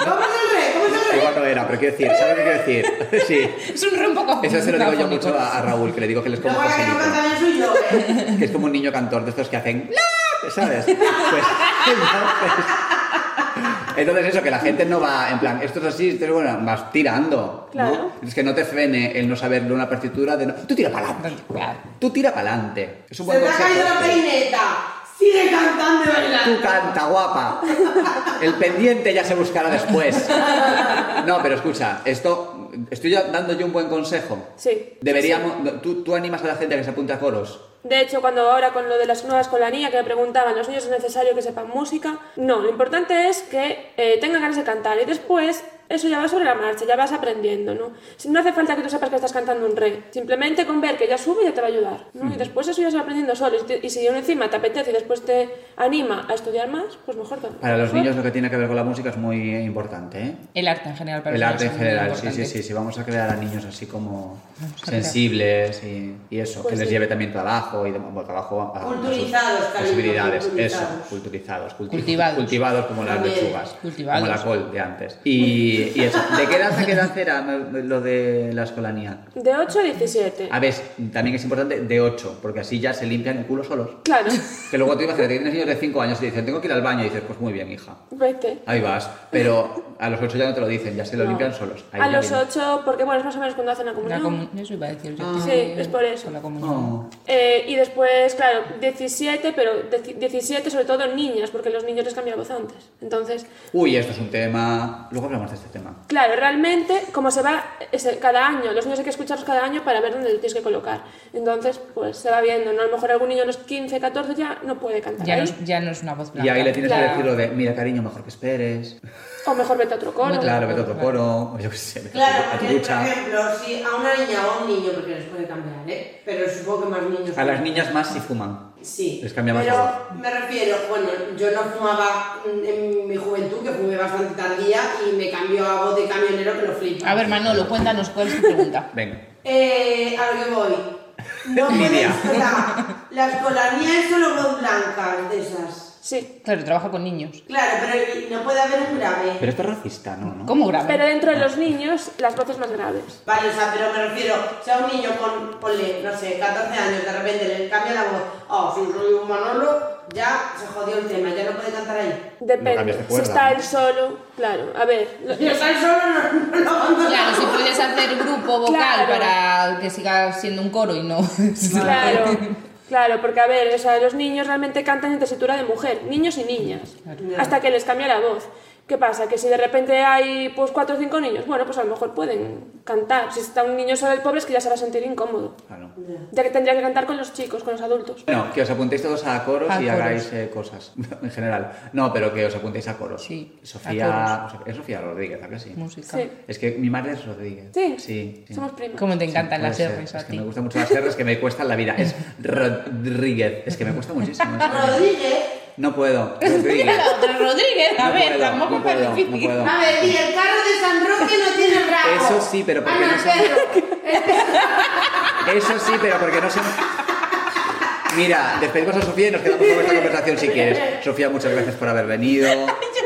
S7: ¿Cómo es el rey? ¿Cómo es el
S2: [LAUGHS]
S7: rey?
S2: Igual no era, pero quiero decir, ¿sabes lo que quiero decir? [LAUGHS] Sí.
S1: Es un re un poco.
S2: Eso se lo digo yo
S1: afónico.
S2: mucho a, a Raúl, que le digo que él es como
S7: Luego la que no
S2: Joselito,
S7: canta bien soy yo, ¿eh?
S2: que es como un niño cantor de estos que hacen. "No",
S7: [LAUGHS]
S2: ¿Sabes? Pues, entonces, entonces eso, que la gente no va en plan, esto es así, esto es bueno, vas tirando. ¿no?
S6: Claro.
S2: Es que no te frene el no saber de una partitura de no- Tú tira para adelante.
S1: Claro.
S2: Tú tira para adelante. Es un
S7: Se
S2: buen
S7: te ha
S2: consejo.
S7: caído la peineta. Sigue cantando y bailando.
S2: Tú canta, guapa. El pendiente ya se buscará después. No, pero escucha, esto estoy ya dando yo un buen consejo.
S6: Sí.
S2: Deberíamos. ¿tú, tú animas a la gente a que se apunte a coros.
S6: De hecho, cuando ahora con lo de las nuevas colanía que me preguntaban, ¿los niños es necesario que sepan música? No, lo importante es que eh, tengan ganas de cantar y después eso ya va sobre la marcha, ya vas aprendiendo, ¿no? Si no hace falta que tú sepas que estás cantando un re, simplemente con ver que ya sube ya te va a ayudar, ¿no?
S2: Hmm.
S6: Y después eso ya se va aprendiendo solo y, te- y si uno encima te apetece y después te anima a estudiar más, pues mejor también.
S2: Para los niños lo que tiene que ver con la música es muy importante, ¿eh?
S1: El arte en general para
S2: El
S1: los
S2: arte en
S1: niños es muy
S2: general, sí, sí,
S1: importante. Ah, pues
S2: sí, sí. Vamos a crear a niños así como
S1: Vamos a crear.
S2: sensibles y, y eso,
S6: Pues
S2: que les
S6: sí.
S2: lleve también trabajo y de- bueno, trabajo a- a, a sus
S7: Culturizados, cariño,
S2: posibilidades,
S7: culturizados.
S2: eso, culturizados, culti-
S1: Cultivados.
S2: cultivados como las
S7: También,
S2: lechugas,
S1: cultivados.
S2: como la col de antes. Y, y eso, ¿de qué edad a qué edad era lo de la escolanía?
S6: De 8 a 17.
S2: A ver, también es importante de 8, porque así ya se limpian el culo solos.
S6: Claro, [LAUGHS]
S2: Que luego tú imagínate, tienes niños de 5 años y te dicen, tengo que ir al baño, y dices, pues muy bien, hija.
S6: vete.
S2: Ahí vas, pero a los 8 ya no te lo dicen, ya se lo
S6: No.
S2: limpian solos. Ahí
S6: A
S2: ya
S6: los
S2: viene.
S6: 8, porque bueno, es más o menos cuando hacen la
S1: La
S6: comunión.
S1: comu- Eso iba a decir yo.
S6: Ah. Sí,
S1: Eh,
S6: es por eso. Ah.
S1: con la comunión.
S2: Oh.
S6: Eh, y después, claro, 17, pero deci- 17 sobre todo niñas, porque los niños les cambia la voz antes. Entonces,
S2: Uy, esto es un tema. Luego hablamos de este tema.
S6: claro, realmente, como se va ese- cada año, los niños hay que escucharlos cada año para ver dónde los tienes que colocar. Entonces, pues se va viendo, ¿no? A lo mejor algún niño a los 15, 14 ya no puede cantar.
S1: Ya, no,
S6: ahí.
S1: es- ya no es una voz blanca.
S2: Y ahí le tienes que
S6: Claro.
S2: decir lo de, mira cariño, mejor que esperes.
S6: O mejor vete a otro coro.
S2: Claro, vete a otro coro, o yo qué sé, vete
S7: Claro,
S2: a tu
S7: porque, por
S2: ducha.
S7: ejemplo, si a una niña o a un niño, porque les puede cambiar, ¿eh? Pero supongo que más niños.
S2: A las niñas más si fuman.
S7: Sí.
S2: Les cambia más
S7: Pero
S2: la voz.
S7: me refiero, bueno, yo no fumaba mm, en mi juventud, que fumé bastante tardía y me cambió a voz de camionero que lo flipa.
S1: A ver, Manolo, cuéntanos cuál es tu pregunta.
S2: Venga.
S7: Eh, a lo que voy.
S2: [LAUGHS]
S7: No
S2: Lidia.
S7: puedes, o sea, la escolanía es solo voz blanca de esas.
S6: Sí.
S1: Claro, trabaja con niños.
S7: Claro, pero no puede haber un grave.
S2: Pero esto es racista, ¿no? ¿no?
S1: ¿Cómo graba?
S6: Pero dentro de los niños, las voces más graves.
S7: Vale, o sea, pero me refiero, si a un niño con, ponle, no sé, 14 años, de repente le cambia la voz, oh, si rollo un Manolo, ya se jodió el tema, ya no puede cantar ahí.
S2: No
S6: Depende.
S2: cambias de
S6: si
S2: cuerda,
S6: está
S2: ¿no?
S6: él solo, claro. A ver, lo-
S7: Si está él solo, no, no lo abandona.
S1: Claro, si puedes hacer grupo vocal
S6: Claro.
S1: para que siga siendo un coro y no. [LAUGHS]
S6: Claro, claro, porque a ver, o sea, los niños realmente cantan en tesitura de mujer, niños y niñas, hasta que les cambia la voz. ¿Qué pasa? Que si de repente hay pues cuatro o cinco niños, bueno, pues a lo mejor pueden cantar. Si está un niño solo el pobre es que ya se va a sentir incómodo,
S2: Claro.
S6: ya que tendría que cantar con los chicos, con los adultos.
S2: Bueno, que os apuntéis todos a coros
S1: A
S2: y
S1: coros.
S2: hagáis eh, cosas [LAUGHS] en general. No, pero que os apuntéis a coros.
S1: Sí, a
S2: Sofía. Es Sofía Rodríguez, ¿a que sí?
S1: Música.
S6: Sí.
S2: Es que mi madre es Rodríguez.
S6: Sí.
S2: Sí. sí.
S6: Somos primas.
S1: Como te
S2: Sí,
S1: encantan
S2: puede
S1: las
S2: ser.
S1: R's
S2: Es
S1: a
S2: que me
S1: ti.
S2: gustan mucho las R's que me cuestan la vida. Es Rodríguez. Es que me cuesta muchísimo.
S1: [LAUGHS]
S2: eso.
S7: Rodríguez.
S2: No puedo. Rodríguez.
S1: La otra Rodríguez, [LAUGHS] a
S2: No
S1: ver,
S2: puedo,
S1: tampoco
S2: no
S1: es tan
S2: puedo, no
S1: difícil.
S2: puedo.
S7: A ver, y el carro de San Roque no tiene rabo.
S2: Eso sí, pero porque
S7: Ana,
S2: no son-
S7: Pedro.
S2: Eso sí, pero porque no sé. Mira, despedimos a Sofía y nos quedamos con esta conversación si quieres. Sofía, muchas gracias por haber
S1: [LAUGHS]
S2: venido.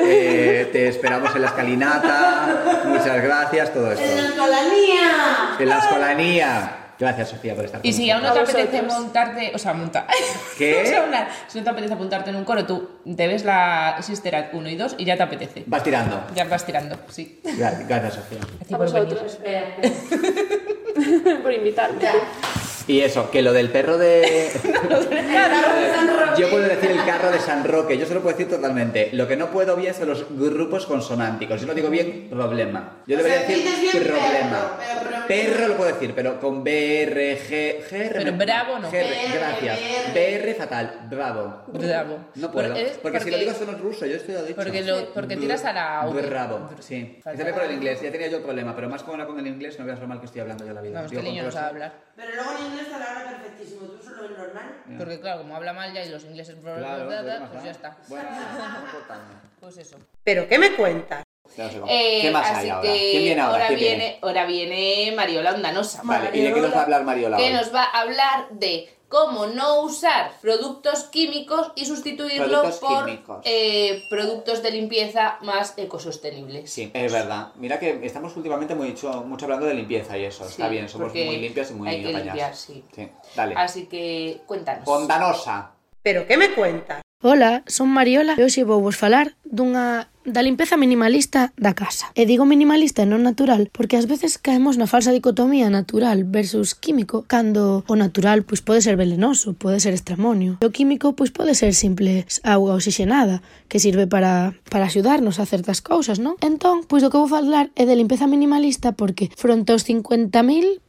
S2: Eh, te esperamos en la escalinata. Muchas gracias, todo
S7: En la
S2: esto.
S7: escolanía.
S2: En la escolanía. Gracias, Sofía, por estar
S1: Y
S2: con
S1: si aún no te
S6: A
S1: apetece
S6: vosotros.
S1: montarte, o sea, [LAUGHS] montar.
S2: ¿Qué?
S1: Vamos a hablar. Si no te apetece apuntarte en un coro, tú te ves la Sister Act 1 y 2 y ya te apetece.
S2: Vas tirando.
S1: Ya vas tirando, sí.
S2: Gra- Gracias, Sofía.
S6: A
S1: por venir.
S6: vosotros,
S7: Espera.
S6: [LAUGHS] por invitarme.
S7: Ya.
S2: Y eso, que lo del perro
S7: [LAUGHS]
S2: de...
S7: El carro de San Roque.
S2: Yo puedo decir el carro de San Roque, yo se lo puedo decir totalmente. Lo que no puedo bien son los grupos consonánticos. Si no digo bien, problema. Yo
S7: O
S2: debería
S7: sea,
S2: decir
S7: dices bien perro,
S2: problema.
S7: pero problema.
S2: lo puedo decir, pero con BR, G, GR.
S1: Pero
S2: me-
S1: bravo no.
S2: GR, gracias.
S7: BR.
S2: BR fatal, bravo.
S1: Bravo.
S2: No puedo,
S1: Por-
S2: porque,
S1: es
S2: si lo digo son los rusos, yo estoy lo he dicho.
S1: Porque lo- porque tiras a la V.
S2: Bravo, sí. Y también por el inglés, ya tenía yo el problema, pero más como era con el inglés, no veas lo mal que estoy hablando yo la vida.
S1: Vamos,
S2: Digo,
S1: que el niño
S2: con
S1: no
S2: todos-
S1: sabe hablar.
S7: Pero luego ni
S3: españoles te lo habla perfectísimo, tú solo ves normal.
S7: Porque claro, como habla mal ya y los ingleses...
S2: Claro,
S7: pues
S2: ¿qué más da?
S7: ya está.
S1: [LAUGHS]
S2: Bueno, no importa, no.
S7: Pues eso.
S5: ¿Pero qué me cuentas?
S2: Ya no sé cómo.
S1: Eh,
S2: ¿Qué más
S1: así
S2: hay ahora?
S1: que
S2: ¿Quién viene ahora? ¿Quién
S1: viene, ahora viene Mariola Ondanosa.
S2: Vale, ¿y de qué nos va a hablar Mariola
S1: que
S2: hoy?
S1: nos va a hablar de cómo no usar productos químicos y sustituirlo
S2: Productos
S1: por
S2: químicos.
S1: eh, productos de limpieza más ecosostenibles.
S2: Sí, es verdad. Mira que estamos últimamente muy mucho, mucho hablando de limpieza y eso. pues Está
S1: Sí,
S2: bien, somos
S1: porque
S2: muy limpias y muy
S1: hay que
S2: apañadas.
S1: limpiar, sí.
S2: Sí, dale.
S1: Así que cuéntanos.
S2: Pondanosa.
S5: ¿Pero qué me cuentas?
S8: Ola, son Mariola e hoxe vou vos falar dunha da limpeza minimalista da casa. E digo minimalista e non natural porque ás veces caemos na falsa dicotomía natural versus químico cando o natural pois pode ser velenoso, pode ser estramonio. E o químico pois pode ser simple auga oxigenada que sirve para, para axudarnos a certas cousas, non? Entón, pois do que vou falar é de limpeza minimalista porque fronte aos 50.000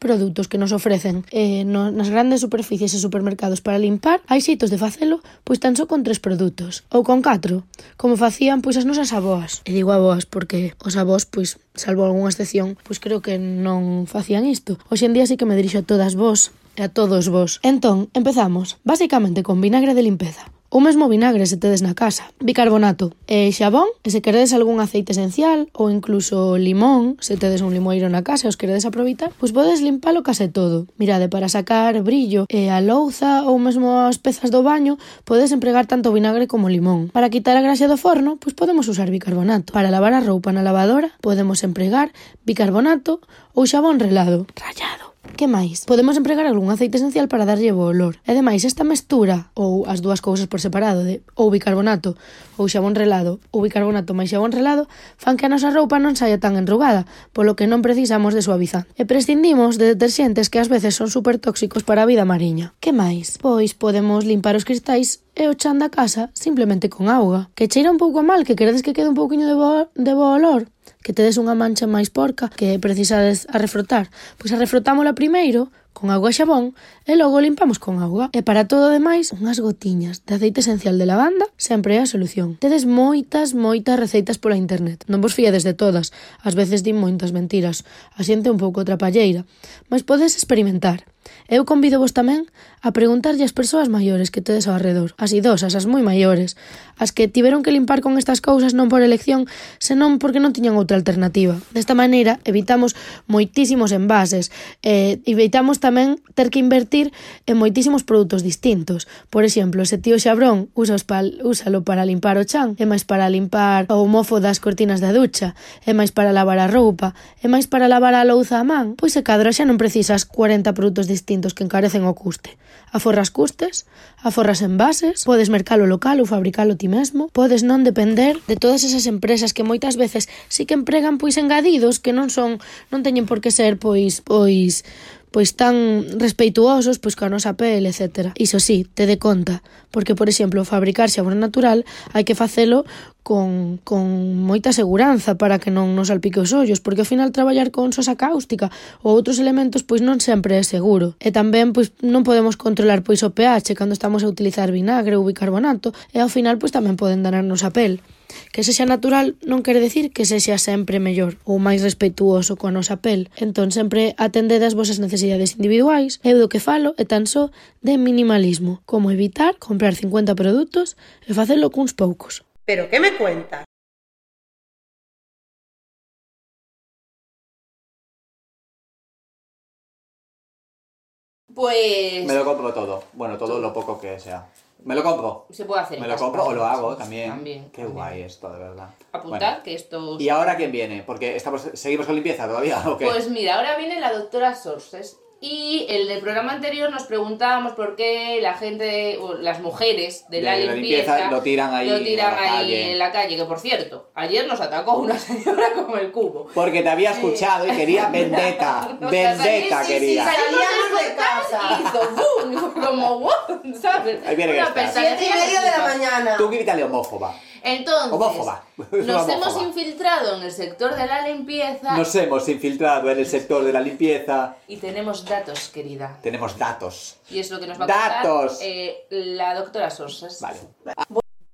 S8: produtos que nos ofrecen eh, no, nas grandes superficies e supermercados para limpar, hai xeitos de facelo pois tan só con tres produtos, ou con catro, como facían pois as nosas avoas. E digo avoas porque os avós pois salvo algunha excepción, pois creo que non facían isto. Hoxe en día sí que me dirixo a todas vós e a todos vós. Entón, empezamos, basicamente con vinagre de limpeza. O mesmo vinagre se tedes na casa, bicarbonato e xabón, e se queredes algún aceite esencial ou incluso limón, se tedes un limoeiro na casa e os queredes aproveitar, pois podes limpalo case todo. Mirade, para sacar brillo e a louza ou mesmo as pezas do baño, podes empregar tanto vinagre como limón. Para quitar a graxa do forno, pois podemos usar bicarbonato. Para lavar a roupa na lavadora, podemos empregar bicarbonato ou xabón relado. Rallado. Que máis? Podemos empregar algún aceite esencial para darlle bo olor. E demais, esta mestura, ou as dúas cousas por separado, de ou bicarbonato ou xabón relado, ou bicarbonato máis xabón relado, fan que a nosa roupa non saia tan enrugada, polo que non precisamos de suavizante. E prescindimos de deterxentes que ás veces son super tóxicos para a vida mariña. Que máis? Pois podemos limpar os cristais e o chan da casa simplemente con auga. Que cheira un pouco a mal, que queredes que quede un pouquiño de bo, de bo olor, que tedes unha mancha máis porca que precisades a refrotar, pois a refrotámola primeiro con agua e xabón e logo limpamos con agua. E para todo o demais, unhas gotiñas de aceite esencial de lavanda sempre é a solución. Tedes moitas, moitas receitas pola internet. Non vos fiades de todas, ás veces din moitas mentiras, a xente un pouco trapalleira, mas podes experimentar. Eu convido vos tamén a preguntarlle ás persoas maiores que tedes ao arredor, as idosas, as moi maiores, as que tiveron que limpar con estas cousas non por elección, senón porque non tiñan outra alternativa. Desta maneira, evitamos moitísimos envases e evitamos tamén ter que invertir en moitísimos produtos distintos. Por exemplo, se tío xabrón usas pal, úsalo para limpar o chan, e máis para limpar o mofo das cortinas da ducha, e máis para lavar a roupa, e máis para lavar a louza a man, pois se cadra xa non precisas 40 produtos distintos que encarecen o custe. Aforras custes, aforras envases, podes mercalo local ou fabricalo ti mesmo, podes non depender de todas esas empresas que moitas veces sí que empregan pois engadidos que non son non teñen por que ser pois pois pois tan respeituosos pois coa nosa pel, etc. Iso sí, te de conta, porque, por exemplo, fabricar xabón natural hai que facelo con, con moita seguranza para que non nos salpique os ollos, porque ao final traballar con sosa cáustica ou outros elementos pois non sempre é seguro. E tamén pois non podemos controlar pois o pH cando estamos a utilizar vinagre ou bicarbonato e ao final pois tamén poden danarnos a pel. Que sexa natural non quere decir que sexa sempre mellor ou máis respetuoso coa nosa pel. Entón sempre atended as vosas necesidades individuais. Eu do que falo é tan só de minimalismo, como evitar comprar 50 produtos e facelo cuns poucos.
S5: ¿Pero qué me cuentas?
S1: Pues
S2: Me lo compro todo. Bueno, todo lo poco que sea. Me lo compro.
S1: se puede hacer. en
S2: Me lo
S1: casa,
S2: compro o lo
S1: para
S2: hago
S1: hacer.
S2: también.
S1: También.
S2: Qué
S1: también.
S2: guay esto, de verdad.
S1: Apuntad
S2: Bueno,
S1: que esto.
S2: ¿Y ahora quién viene? Porque estamos seguimos con limpieza todavía, ¿o qué?
S1: Pues mira, ahora viene la doctora Sorces. Y el del programa anterior nos preguntábamos por qué la gente, o las mujeres de,
S2: De
S1: la,
S2: la
S1: limpieza,
S2: limpieza lo tiran ahí
S1: lo tiran
S2: en la
S1: ahí
S2: calle.
S1: en la calle. Que por cierto, ayer nos atacó una [LAUGHS] señora como el cubo.
S2: Porque te había escuchado y
S1: [LAUGHS]
S2: quería vendetta.
S1: Nos
S2: vendetta
S1: atacó- sí, sí,
S2: quería.
S1: sí,
S3: Salíamos de
S1: del portal
S3: casa.
S1: y hizo boom, fue como wow, ¿sabes?
S2: Ahí viene que
S1: Una
S2: está.
S1: pesadilla
S3: Siete y media de la
S1: flipas.
S3: mañana.
S2: Tú grítale homófoba.
S1: Entonces,
S2: Homófoba. [LAUGHS] Es una
S1: nos hemos
S2: homófoba.
S1: infiltrado en el sector de la limpieza
S2: Nos hemos infiltrado en el sector de la limpieza.
S1: y tenemos datos, querida.
S2: Tenemos datos.
S1: Y es lo que nos va a
S2: Datos.
S1: contar eh, la doctora Sorsas.
S2: Vale.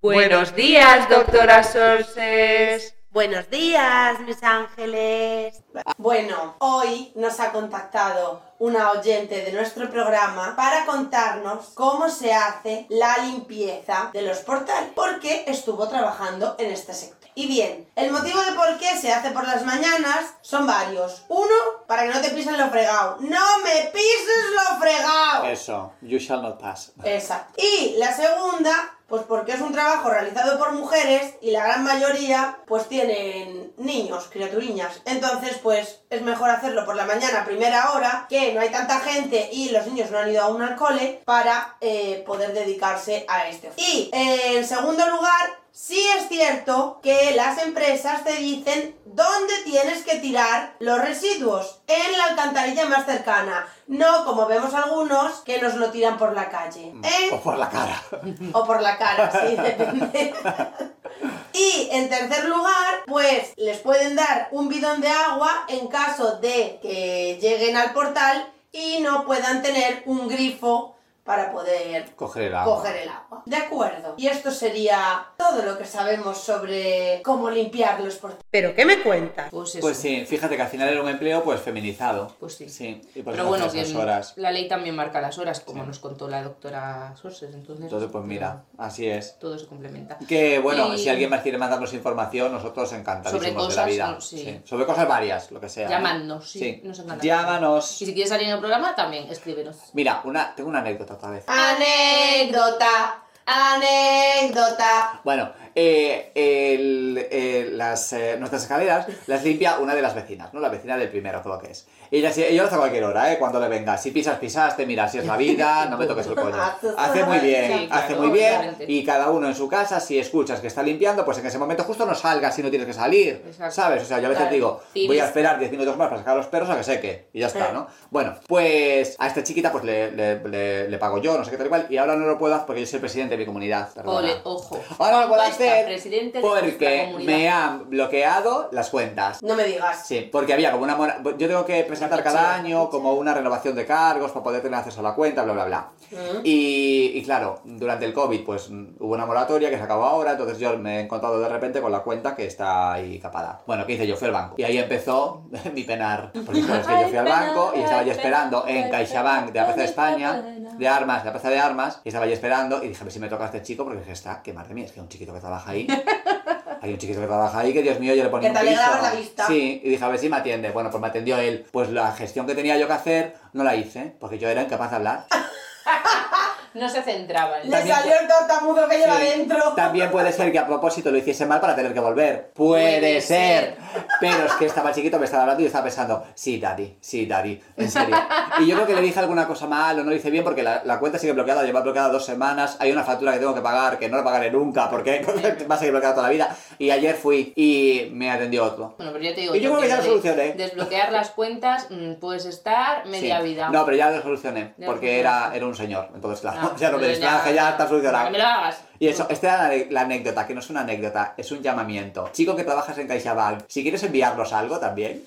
S3: Buenos días, doctora Sorces.
S5: Buenos días, mis ángeles.
S3: Bueno, hoy nos ha contactado una oyente de nuestro programa para contarnos cómo se hace la limpieza de los portales, porque estuvo trabajando en este sector. Y bien, el motivo de por qué se hace por las mañanas son varios. Uno, para que no te pisen lo fregado. ¡No me pises lo fregado!
S2: Eso, you shall not pass.
S3: Exacto. Y la segunda, pues porque es un trabajo realizado por mujeres y la gran mayoría pues tienen niños, criaturiñas. Entonces pues es mejor hacerlo por la mañana a primera hora, que no hay tanta gente y los niños no han ido aún al cole para eh, poder dedicarse a este oficio. Y eh, en segundo lugar, Sí es cierto que las empresas te dicen dónde tienes que tirar los residuos, en la alcantarilla más cercana, no como vemos algunos que nos lo tiran por la calle,
S2: O
S3: ¿eh?
S2: por la cara.
S3: O por la cara, sí, [LAUGHS] depende. Y en tercer lugar, pues les pueden dar un bidón de agua en caso de que lleguen al portal y no puedan tener un grifo para poder
S2: Coger el agua.
S3: coger el agua. De acuerdo. Y esto sería todo lo que sabemos sobre cómo limpiar los portales.
S5: ¿Pero qué me cuentas?
S1: Pues eso.
S2: Pues sí, fíjate que al final era un empleo pues feminizado.
S1: Pues sí.
S2: Sí, y por
S1: Pero
S2: eso
S1: bueno,
S2: hacías
S1: que
S2: las horas.
S1: la ley también marca las horas, como nos contó la doctora Sorses. Entonces,
S2: Entonces, pues mira, así es.
S1: Todo se complementa.
S2: Que bueno,
S1: Y-
S2: si alguien más quiere mandarnos información, nosotros encantadísimos
S1: Sobre
S2: de la
S1: cosas,
S2: vida.
S1: no, sí.
S2: Sobre cosas varias, lo que sea. ¿eh?
S1: Llámanos, sí, nos encantará.
S2: Llámanos.
S1: Y si quieres salir en el programa, también escríbenos.
S2: Mira, una, tengo una anécdota otra vez.
S3: Anécdota, anécdota.
S2: Bueno, eh, el- eh, las, eh, nuestras escaleras las limpia una de las vecinas, ¿no? La vecina del primero, creo que es. Ella, sí- ella lo hace a cualquier hora, ¿eh? Cuando le venga. Si pisas, pisaste, mira, si es la vida, no me toques
S1: [LAUGHS]
S2: el coño. Hace muy bien,
S1: Sí, claro,
S2: hace muy bien.
S1: obviamente.
S2: Y cada uno en su casa, si escuchas que está limpiando, pues en ese momento justo no salgas si no tienes que salir,
S1: Exacto.
S2: ¿sabes? O sea, yo a veces
S1: Claro.
S2: digo,
S1: Sí,
S2: voy a
S1: sí.
S2: esperar 10 minutos más para sacar a los perros a que seque. Y ya está, ¿no? Bueno, pues a esta chiquita pues le, le- le- le pago yo, no sé qué tal y cual. Y ahora no lo puedo hacer porque yo soy el presidente de mi comunidad. perdona.
S1: Ole, ojo.
S2: Ahora lo puedo
S1: Contesta,
S2: hacer
S1: presidente de nuestra
S2: porque
S1: comunidad.
S2: me han bloqueado las cuentas.
S3: No me digas.
S2: Sí, porque había como una... mora- Yo tengo que presentar cada año como una renovación de cargos para poder tener acceso a la cuenta, bla, bla, bla. Y, y claro, durante el COVID pues mm, hubo una moratoria que se acabó ahora, entonces yo me he encontrado de repente con la cuenta que está ahí capada. Bueno, ¿qué hice yo? Fui al banco. Y ahí empezó [LAUGHS] mi penar. Porque claro, es que yo fui al banco y estaba yo esperando en CaixaBank de la Plaza de España, de armas, de la Plaza de Armas, y estaba yo esperando y dije, a ver si me toca este chico porque dije, está, que madre mía, es que un chiquito que trabaja ahí... Hay un chiquito que trabaja ahí que Dios mío, yo le ponía
S3: Que te
S2: un
S3: alegraba
S2: piso.
S3: la vista.
S2: Sí, y dije, a ver si me atiende. Bueno, pues me atendió él. Pues la gestión que tenía yo que hacer no la hice, porque yo era incapaz de hablar.
S1: No se centraba en
S3: Le
S2: También-
S3: salió el tartamudo que lleva
S2: Sí.
S3: dentro.
S2: También puede ser que a propósito lo hiciese mal para tener que volver. Puede,
S1: Puede
S2: ser.
S1: ser.
S2: [LAUGHS] Pero es que estaba chiquito, me estaba hablando y yo estaba pensando, sí, daddy, sí, daddy, en serio. Y yo creo que le dije alguna cosa mal o no lo hice bien porque la, la cuenta sigue bloqueada, lleva bloqueada dos semanas, hay una factura que tengo que pagar que no la pagaré nunca porque [LAUGHS] va a seguir bloqueada toda la vida. Y ayer fui y me atendió otro.
S1: Bueno, pero yo te digo,
S2: Y yo creo que ya lo
S1: de-
S2: solucioné.
S1: Desbloquear las cuentas, mm, puedes estar media
S2: Sí.
S1: vida.
S2: No, pero ya lo solucioné,
S1: Ya lo
S2: porque era, era un señor. Entonces, claro,
S1: Ah,
S2: [LAUGHS] ya no me
S1: pero
S2: distraje, ya está solucionado.
S1: No me lo hagas.
S2: Y eso, esta era la, la anécdota, que no es una anécdota, es un llamamiento. Chico que trabajas en CaixaBank, si quieres enviarnos algo también,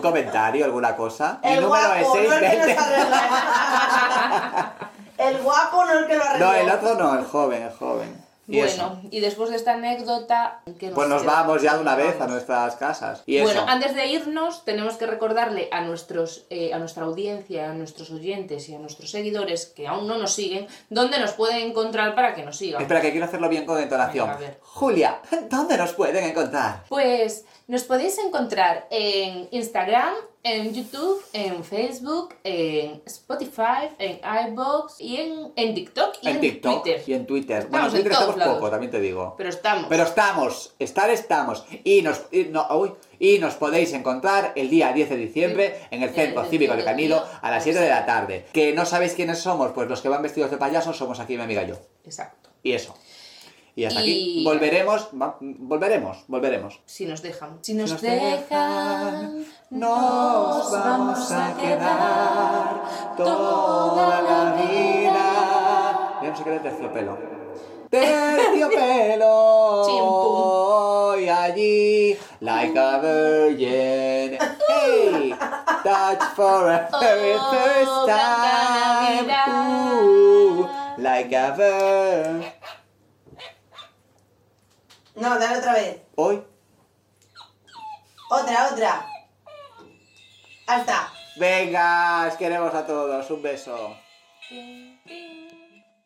S1: [LAUGHS]
S2: comentario, alguna cosa, mi
S3: El
S2: número es
S3: guapo, no el que nos
S2: 620. [LAUGHS]
S3: arregla. El guapo no el que lo arregló.
S2: No, el otro no, el joven, el joven. Y eso.
S1: Bueno, y después de esta anécdota, ¿qué
S2: Pues nos
S1: queda?
S2: vamos ya de una vez a
S1: Vamos.
S2: nuestras casas. Y
S1: Bueno,
S2: eso.
S1: antes de irnos, tenemos que recordarle a, nuestros, eh, a nuestra audiencia, a nuestros oyentes y a nuestros seguidores que aún no nos siguen, dónde nos pueden encontrar para que nos sigan.
S2: Espera, que quiero hacerlo bien con entonación.
S1: Venga, a ver.
S2: Julia, [LAUGHS] ¿dónde nos pueden encontrar?
S1: Pues nos podéis encontrar en Instagram, en YouTube, en Facebook, en Spotify, en iBox y en, en TikTok y en,
S2: en TikTok
S1: Twitter.
S2: y en Twitter.
S1: Estamos
S2: bueno, en
S1: en
S2: Twitter
S1: todos
S2: estamos
S1: lados.
S2: poco, también te digo.
S1: Pero estamos.
S2: Pero estamos, estar estamos. Y nos, y, no, uy, y nos podéis encontrar el día 10 de diciembre en el
S1: el
S2: Centro
S1: Centro
S2: Cívico de
S1: de
S2: Canido
S1: Canido,
S2: a las
S1: pues
S2: 7 de
S1: sí.
S2: la tarde. Que no sabéis quiénes somos, pues los que van vestidos de payasos somos aquí mi amiga y yo.
S1: Exacto.
S2: Y eso. Y hasta
S1: Y-
S2: aquí. Volveremos, va- volveremos, volveremos.
S1: Si nos dejan. Si nos,
S2: nos dejan,
S1: dejan,
S2: nos vamos a quedar toda la vida. Ya no sé qué de terciopelo. Terciopelo. Y allí, like a virgin. Hey, touch for a very
S1: Oh,
S2: first time.
S1: Blanca Navidad.
S2: Ooh, like a virgin.
S3: No, dale otra vez.
S2: Hoy.
S3: Otra, otra. Hasta.
S2: Venga, os queremos a todos. Un beso.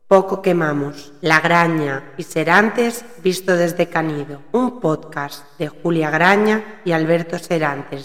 S4: Poco quemamos, La Graña y Serantes visto desde Canido, un podcast de Julia Graña y Alberto Serantes